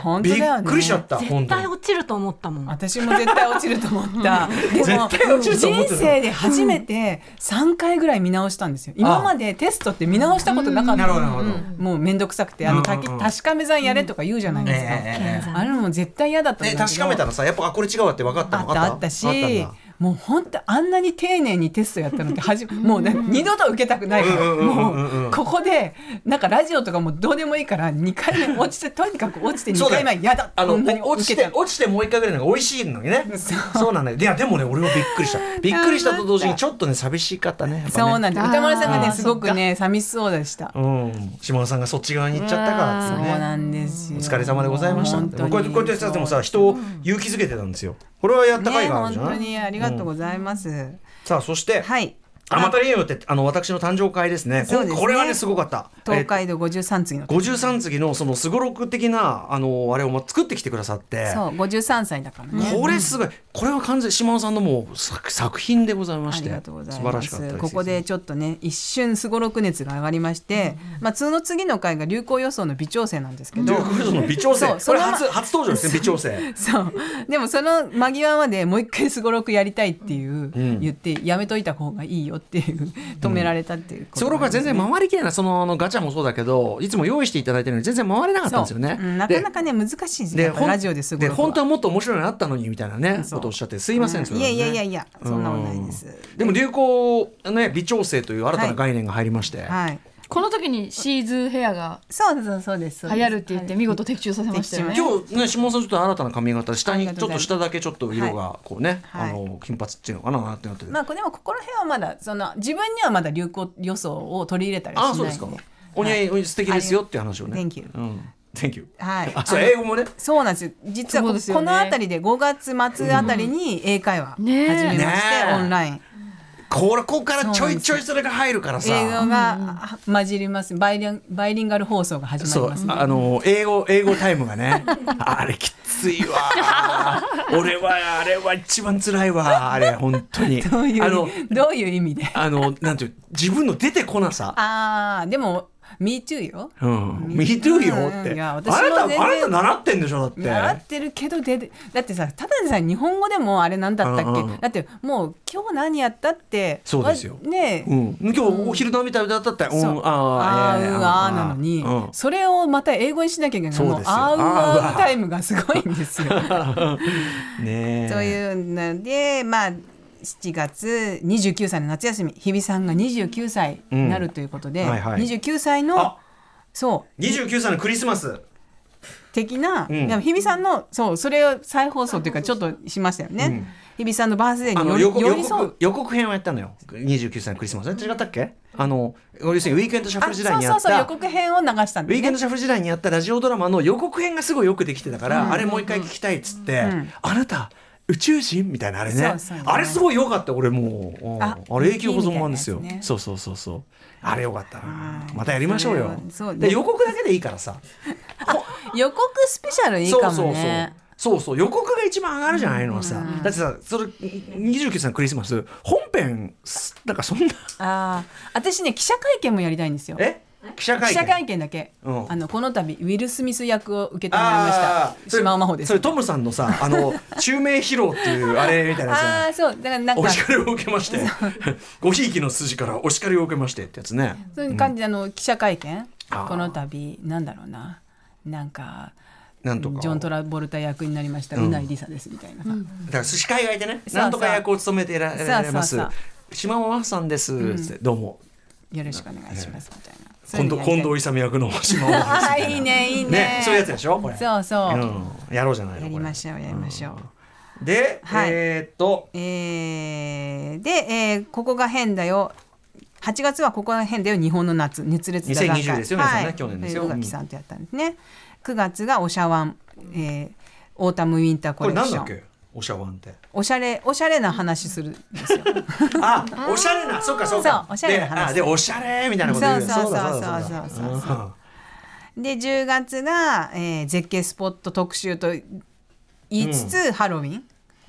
D: 本当
A: び
D: だよ
A: っ
D: ね。
A: くりしちゃった本
F: 絶
A: 当
F: 対
A: に
F: 落ちると思ったもん。
D: 私も絶対落ちると思った。でも
A: 絶対落ちると思ってた
D: 人生で初めて3回ぐらい見直したんですよ。今までテストって見直したことなかった。
A: なるほどなるほど
D: もう面倒くさくてあ
A: う
D: の
A: んうんうん
D: たき確かめ算やれとか言うじゃないですか。
A: え
D: あれも絶対嫌だったんだ
A: え
D: けど。
A: 確かめたらさやっぱあこれ違うわって分かった
D: あ
A: の
D: ったあったし
A: あったんだ
D: もう本当あんなに丁寧にテストやったのって初めもうね二度と受けたくないから
A: うんうんうんうんうん
D: もうここでなんかラジオとかもどうでもいいから2回目落ちてとにかく落ちて2回目は嫌だ
A: あの
D: こんなに
A: 落ち
D: 受け
A: て
D: た
A: 落ちてもう一回ぐらいのが美味しいのにね
D: そう
A: そうなんだよいやでもね俺はびっくりしたびっくりしたと同時にちょっとね寂しかったねやっぱね
D: そうなんです歌丸さんが
B: あ
D: ね
B: ー
D: すごくね寂しそうでした、
A: うん、島田さんがそっち側に行っちゃったからって
D: そう
A: いうね
D: なんですよ
A: お疲れ様でございました。
D: 本当
A: こ
D: に
A: うやってこうやってさでもさ人を勇気づけてたんですよ。これはやったかい
D: ね
A: がある
D: 本
A: じゃな
D: 当
A: い。
D: にありがとうございます、
A: さあそして、
D: はい
A: アマタリウムってあの私の誕生会ですね。
D: そうですね
A: これはねすごかった。
D: 東海道53次の
A: 五十三次のそのすごろく的なあのあれをま作ってきてくださって。
D: そう53歳だからね
A: これすごい、これは完全に島尾さんのもう作作品でございま
D: あ
A: し
D: り
A: て
D: がとうござい
A: 素晴
D: ま
A: らし
D: す
A: かったです
D: ここでちょっとね一瞬すごろく熱が上がりまして、まあその次の回が流行予想の微調整なんですけ
A: と
D: ど、
A: いうことでその微調整
D: そう
A: こ
D: そ
A: れ
D: のま
A: 初初登場ですね微調整
D: そうでもその間際までもう一回すごろくやりたいっていう、
A: うん
D: 言ってやめといた方がいいよっていう止められたっていうこと
A: すごろくは全然回りきれないそのあのガチャもそうだけどいつも用意していただいてるのに全然回れなかったんですよね
D: そううんな
A: で
D: かなかね難しいですね
A: で
D: やっぱラジオですご
A: で
D: ろくは
A: 本当はもっと面白いのあったのにみたいなね
D: そ
A: こ
D: う
A: とをおっしゃってすいません、それ
D: い
A: は
D: や
A: ね
D: いやいやいやそんなことないです
A: でも流行ね微調整という新た
D: は
A: ない概念が入りまして、
D: はい
B: この時にシーズヘアが
D: そうそうそうですそうです
B: 流行るって言って見事的中させましたよね。
A: 今日ね下尾さんちょっと新たな髪型下に
D: ありが
A: ち
D: と
A: ょ
D: う
A: っ
D: ござい
A: と
D: ます
A: 下だけちょっと色がこうね、
D: はい
A: あの金髪っていうのかななってなってる、
D: まあでもここら辺はまだその自分にはまだ流行予想を取り入れたりは
A: あ
D: しない
A: あそうですか、
D: ん
A: お似合いお似合い素敵ですよっていう話をね
D: はい Thank you
A: うん Thank you
D: はい
A: あそう英語もね
D: そうなんですよ実は
B: そ
D: こ,、
B: うですよね
D: この辺りで5月末あたりに英会話始
B: ねえ
D: めまして、
A: ねえ
D: オンライン
A: これここからち
D: そ
A: ょ
D: うなん
A: い
D: です
A: ちょいそれが入るからさ
D: 英語があ混じりますバイリンバイリンガル放送が始ま
A: そ
D: り
A: う
D: ます、
A: あの英語英語タイムが ねあれきついわ俺はあれは一番辛いわあれ本当に
D: どうい
A: あの
D: うどういう意味で
A: あのなんていう自分の出てこなさ
D: ああでも Me too よ。
A: うん、Me too よって、
D: うんいや
A: あな
D: 私も
A: たあ
D: 全然
A: なた習ってんでしょだって
D: 習ってるけどででだってさただでさ日本語でもあれなんだったっけ、
A: うんうん
D: だってもう今日何やったって
A: そうですよ
D: わねえ、
A: うん、今日お昼飲み食べだったって、うん、
D: そうあ
A: あーえ
D: ー
A: え
D: うあーなのに、
A: うん
D: それをまた英語にしなきゃいけない
A: そうで
D: も
A: す
D: う
A: よ
D: あー
A: あー
D: う
A: う
D: あ
A: あ
D: ータイムがすごいんですよ。
A: ねえ
D: というのでまあ7月29歳の夏休み日比さんが29歳になるということで、
A: うんはいはい
D: 29歳の
A: あ
D: そう
A: 29歳のクリスマス
D: 的な、
A: うん
D: でも日比さんのそうそれを再放送というかちょっとしましたよね、
A: うん
D: 日比さんのバースデー
A: あ
D: に
A: の予
D: よ
A: 告
D: り寄
A: 予
D: り添う
A: 告予告編をやったのよ29歳のクリスマスえ違ったっけあの要するにウィークエンドシャッフル時代にや
D: あ
A: っ
D: そうそうそう
A: た
D: 予告編を流したん
A: ウィ
D: で
A: ークエン
D: ね
A: ドシャッフル時代にやったラジオドラマの予告編がすごいよくできてたから、あれもう一回聞きたいっつって、
D: うん
A: あなた宇宙人みたいなあれね
D: そうそう
A: あれすごいよかった俺もううんあ
D: あ
A: れ永久保存版ですよ、
D: いいみたいなやつね
A: そうそうそうそうあれよかったな
D: はい
A: またやりましょうよ
D: それはそう
A: で予告だけでいいからさ
D: 予告スペシャルいいかもね
A: そうそうそうそうそう予告が一番上がるじゃないのさ、だってさそれ29歳のクリスマス本編すなんかそんな
D: あー私ね記者会見もやりたいんですよ
A: え記者会
D: 記
A: 見
D: 者会見だけ、
A: うん
D: あのこの度ウィル・スミス役を受けてもらいました
A: あーそれ
D: 島尾真帆です
A: それトムさんのさあ の襲名披露っていうあれみたいな
D: あ
A: さ
D: あそうだからなん
A: お
D: か
A: 叱りを受けましてごひいきの筋からお叱りを受けましてってやつね
D: そういう感じで、あの記者会見
A: あー
D: この度なんだろうななんか
A: なんとか
D: ジョン・トラボルタ役になりました、
A: ん
D: うないりさですみたいなさ、
A: だから司会がいてね
D: そうそう
A: なんとか役を務めていら
D: そう
A: られます
D: そうそ
A: 島尾真帆さんです、ってどうも
D: よろしくお願いしますみたいなそうい
A: 近
D: うの
A: 藤
D: やりた
A: 近
D: い
A: 藤勇役の島尾真帆です
D: あーいいねいいね
A: ねそういうやつでしょこれ
D: そうそう、
A: うん、やろうじゃないの
D: やりましょ
A: う
D: うやりましょう、
A: で、
D: はい
A: えーっと
D: えーで、えーここが変だよ8月はここが変だよ日本の夏熱烈座談会
A: 2020ですよ皆さんね去年ですよ
D: 宇垣さんとやったんですね、9月がおしゃわん、えーオータムウィンターコ
A: これ
D: レク
A: なん
D: シ
A: だ
D: ョ
A: っ
D: ン
A: けおしゃわんって
D: おしゃれおしゃれな話するんですよ
A: あ、おしゃれな、そっかそっか。
D: そうおしゃれな話
A: で、あでおしゃれみたいなこと言う。
D: そうそうそう
A: だだだ
D: そうそうそう
A: だ
D: そうで10月が、えー絶景スポット特集と言いつつ、ハロウィン
A: うん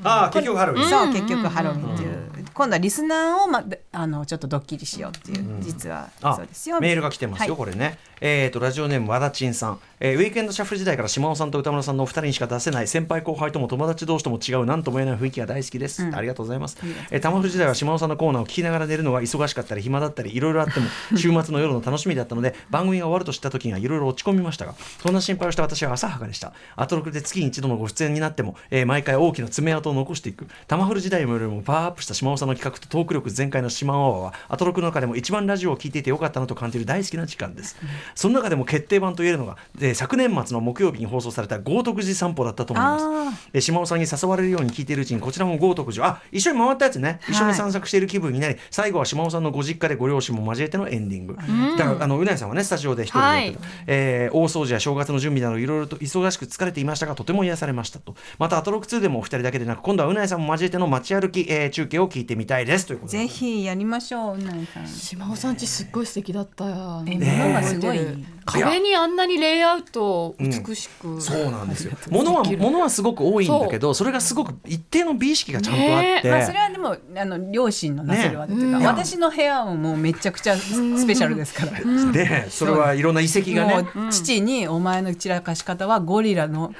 A: あー、結局ハロウィン。
D: そう結局ハロウィンっていう、今度はリスナーを、ま、あのちょっとドッキリしようっていう、実は
A: あ
D: そうですよ
A: メールが来てますよ、
D: はい
A: これね、えー、とラジオネーム和田珍さん、えーウィークエンドシャッフル時代から島尾さんと歌村さんのお二人にしか出せない先輩後輩とも友達同士とも違う何とも言えない雰囲気が大好きです、ありがとうございます、えー、玉フル時代は島尾さんのコーナーを聞きながら寝るのが忙しかったり暇だったりいろいろあっても週末の夜の楽しみだったので番組が終わると知った時にはいろいろ落ち込みましたがそんな心配をした私は浅はかでしたアトロクで月に一度のご出演になっても、えー毎回大きな爪痕を残していく玉フル時代よりもパワーアップした島尾さんの企画とトーク力全開の島尾はアトロクの中でも一番ラジオを聞いていてよかったなと感じる大好きな時間ですその中でも決定版といえるのが、えー昨年末の木曜日に放送された豪徳寺散歩だったと思いますえー島尾さんに誘われるように聞いているうちにこちらも豪徳寺あ一緒に回ったやつね一緒に散策している気分になり、最後は島尾さんのご実家でご両親も交えてのエンディング、だからあのうなえさんはねスタジオで一人でやってた、えー大掃除や正月の準備などいろいろと忙しく疲れていましたがとても癒されましたとまたアトロック2でもお二人だけでなく今度はうなえさんも交えての街歩き、えー中継を聞いてみたいですということで
D: ぜひやりましょううなぎさん
B: 島尾さんちすっごい素敵だったよ。
D: え
A: なんか
D: すごい
B: 覚えてる壁にあんなにレイアウトを美しく、
A: そうなんですよ物は物はすごく多いんだけどそれがすごく一定の美意識がちゃんとあって、
B: ねえ
D: まあ、それはでもあの両親のなせる技というか、
A: ね
D: 私の部屋ももうめちゃくちゃスペシャルですから。
A: でそれはいろんな遺跡がね
D: もう父にお前の散らかし方はゴリラ の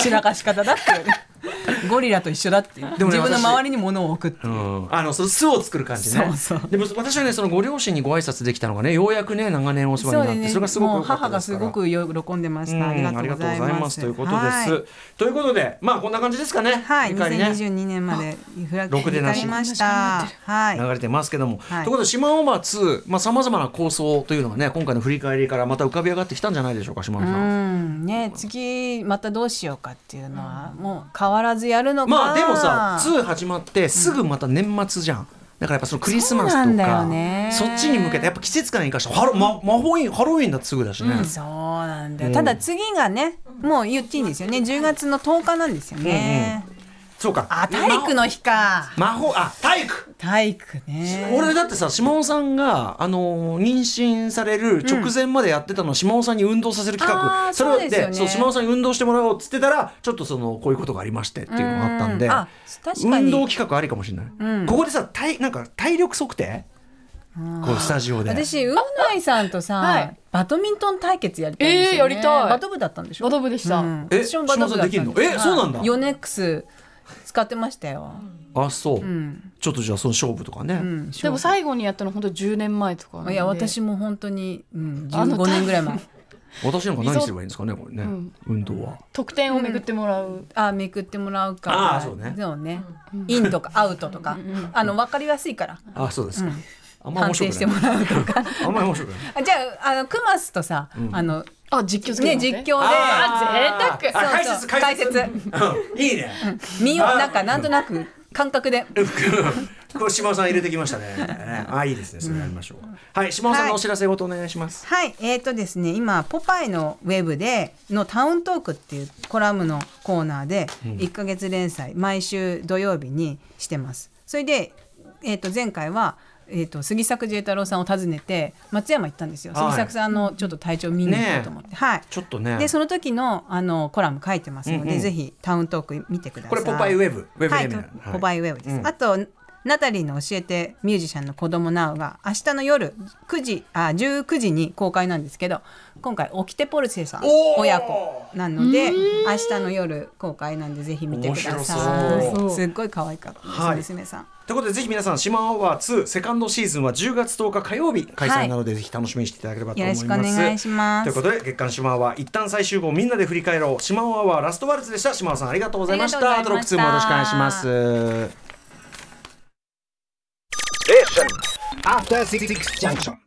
D: 散らかし方だってゴリラと一緒だって、
A: でもね
D: 自分の
A: 私
D: 周りに物を置くって
A: うん、あのその巣を作る感じね
D: そうそう
A: でも私はねそのご両親にご挨拶できたのがねようやくね長年お世話になってそ,、れがすごく
D: もう
A: 良かった
D: 母
A: で
D: が
A: すか
D: す
A: ら
D: ごく喜んでまし
A: うん
D: たありがとうござ
A: ありがとう
D: います
A: ございますということ
D: は
A: です、ということでまあこんな感じですかね
D: はい、
A: ゆかりね
D: 2022年までフラッグ
A: ろくで
D: に
A: な
D: な
A: し
D: りましたはい
A: 流れてますけども、
D: はい
A: ということで「島オーバー2」まあさまざまな構想というのがね今回の振り返りからまた浮かび上がってきたんじゃないでしょうか島尾
D: う
A: さん。
D: んね、次またどうしようかっていうのは、もう変わらずやるのか
A: まあでもさ2始まってすぐまた年末じゃん、だからやっぱそのクリスマス
D: そうなん
A: と
D: だ
A: か
D: よね
A: そっちに向けてやっぱ季節感に生かしたハロ、ま、魔法院ハロウィンだってすぐだしね、
D: そうなんだよ、ただ次がねもう言っていいんですよね10月の10日なんですよね、
A: そうか
D: あ体育の日か
A: 魔法あ体育
D: 体育ね
A: 俺だってさ島尾さんが、あのー妊娠される直前までやってたのは島尾さんに運動させる企画、
D: あー
A: それを
D: そうですよね
A: そう島尾さんに運動してもらおうっつってたらちょっとそのこういうことがありましてっていうのがあったんで
D: うんあ確かに
A: 運動企画ありかもしれない、ここでさ体なんか体力測定こうスタジオで
D: 私ウーナイさんとさ、
B: はい
D: バドミントン対決やりたいんですよ、ね
B: えーやりたい
D: バド部だったんでしょ
B: バド部でした
D: うん
A: え
D: 私もバド部だった
A: 島田さん
D: んです
A: できんのえそうなんだ
D: はいヨネックス使ってましたよ、
A: あそう、
D: ん
A: ちょっとじゃあその勝負とかね、
D: うん、
B: でも最後にやったの本当10年前とかなんで
D: いや私も本当に、うん、
B: あの
D: 15年ぐらい前
A: 私なんか何すればいいんですかねこれね、運動は
B: 得点をめぐってもらう、
D: あめくってもらうか
A: あーそうね
D: ねインとかアウトとか、あの分かりやすいから
A: あそうですか、あんま
D: 判
A: 面白
D: 定して
A: くな
D: も
A: い
D: らう とか
A: あんまり面白く ない
D: あじゃああのクマスとさ、あの
B: あ実況
D: ね実況で
B: あ贅沢
D: そう
A: あ
D: そう
A: 解説
D: 解
A: うんいいね
D: 見ようなんかなんとなく感覚で
A: これ島尾さん入れてきましたねあいいですねそれやりましょう、はい島尾さんのお知らせごとお願いします、
D: はい、えーとですね、今、ポパイのウェブでのタウントークっていうコラムのコーナーで、1ヶ月連載、毎週土曜日にしてます。それで、えー、と前回は、えー、と杉作慈太郎さんを訪ねて、松山行ったんですよ。
A: はい
D: 杉作さんのちょっと体調見に行こうと思って。はい。
A: ちょっとね
D: で、その時のあのコラム書いてますので、
A: うんうん
D: ぜひタウントーク見てください。
A: これポパイウェブウェブで
D: はい、
A: 見れるはい
D: ポパイウェブです。
A: うん
D: あとナタリーの教えてミュージシャンの子供なうが明日の夜9時あ19時に公開なんですけど今回オキテポルセさん
A: おー
D: 親子なので明日の夜公開なんでぜひ見てくださ
A: 面白
B: そう
D: いすっごい可愛かったです、
A: はい
D: 娘さん
A: ということでぜひ皆さん「シマオーバー2」セカンドシーズンは10月10日火曜日開催なので、ぜひ楽しみにしていただければと思います
D: よろしくお願いします
A: ということで月刊シマオは一旦最終号みんなで振り返ろうシマオアワーラストワルツでしたシマオさんありがとうございました
D: ありがと
A: ト
D: う
A: ロッ
D: ございま
A: ク
D: した
A: 2もよろしくお願いします
E: After Six Junction.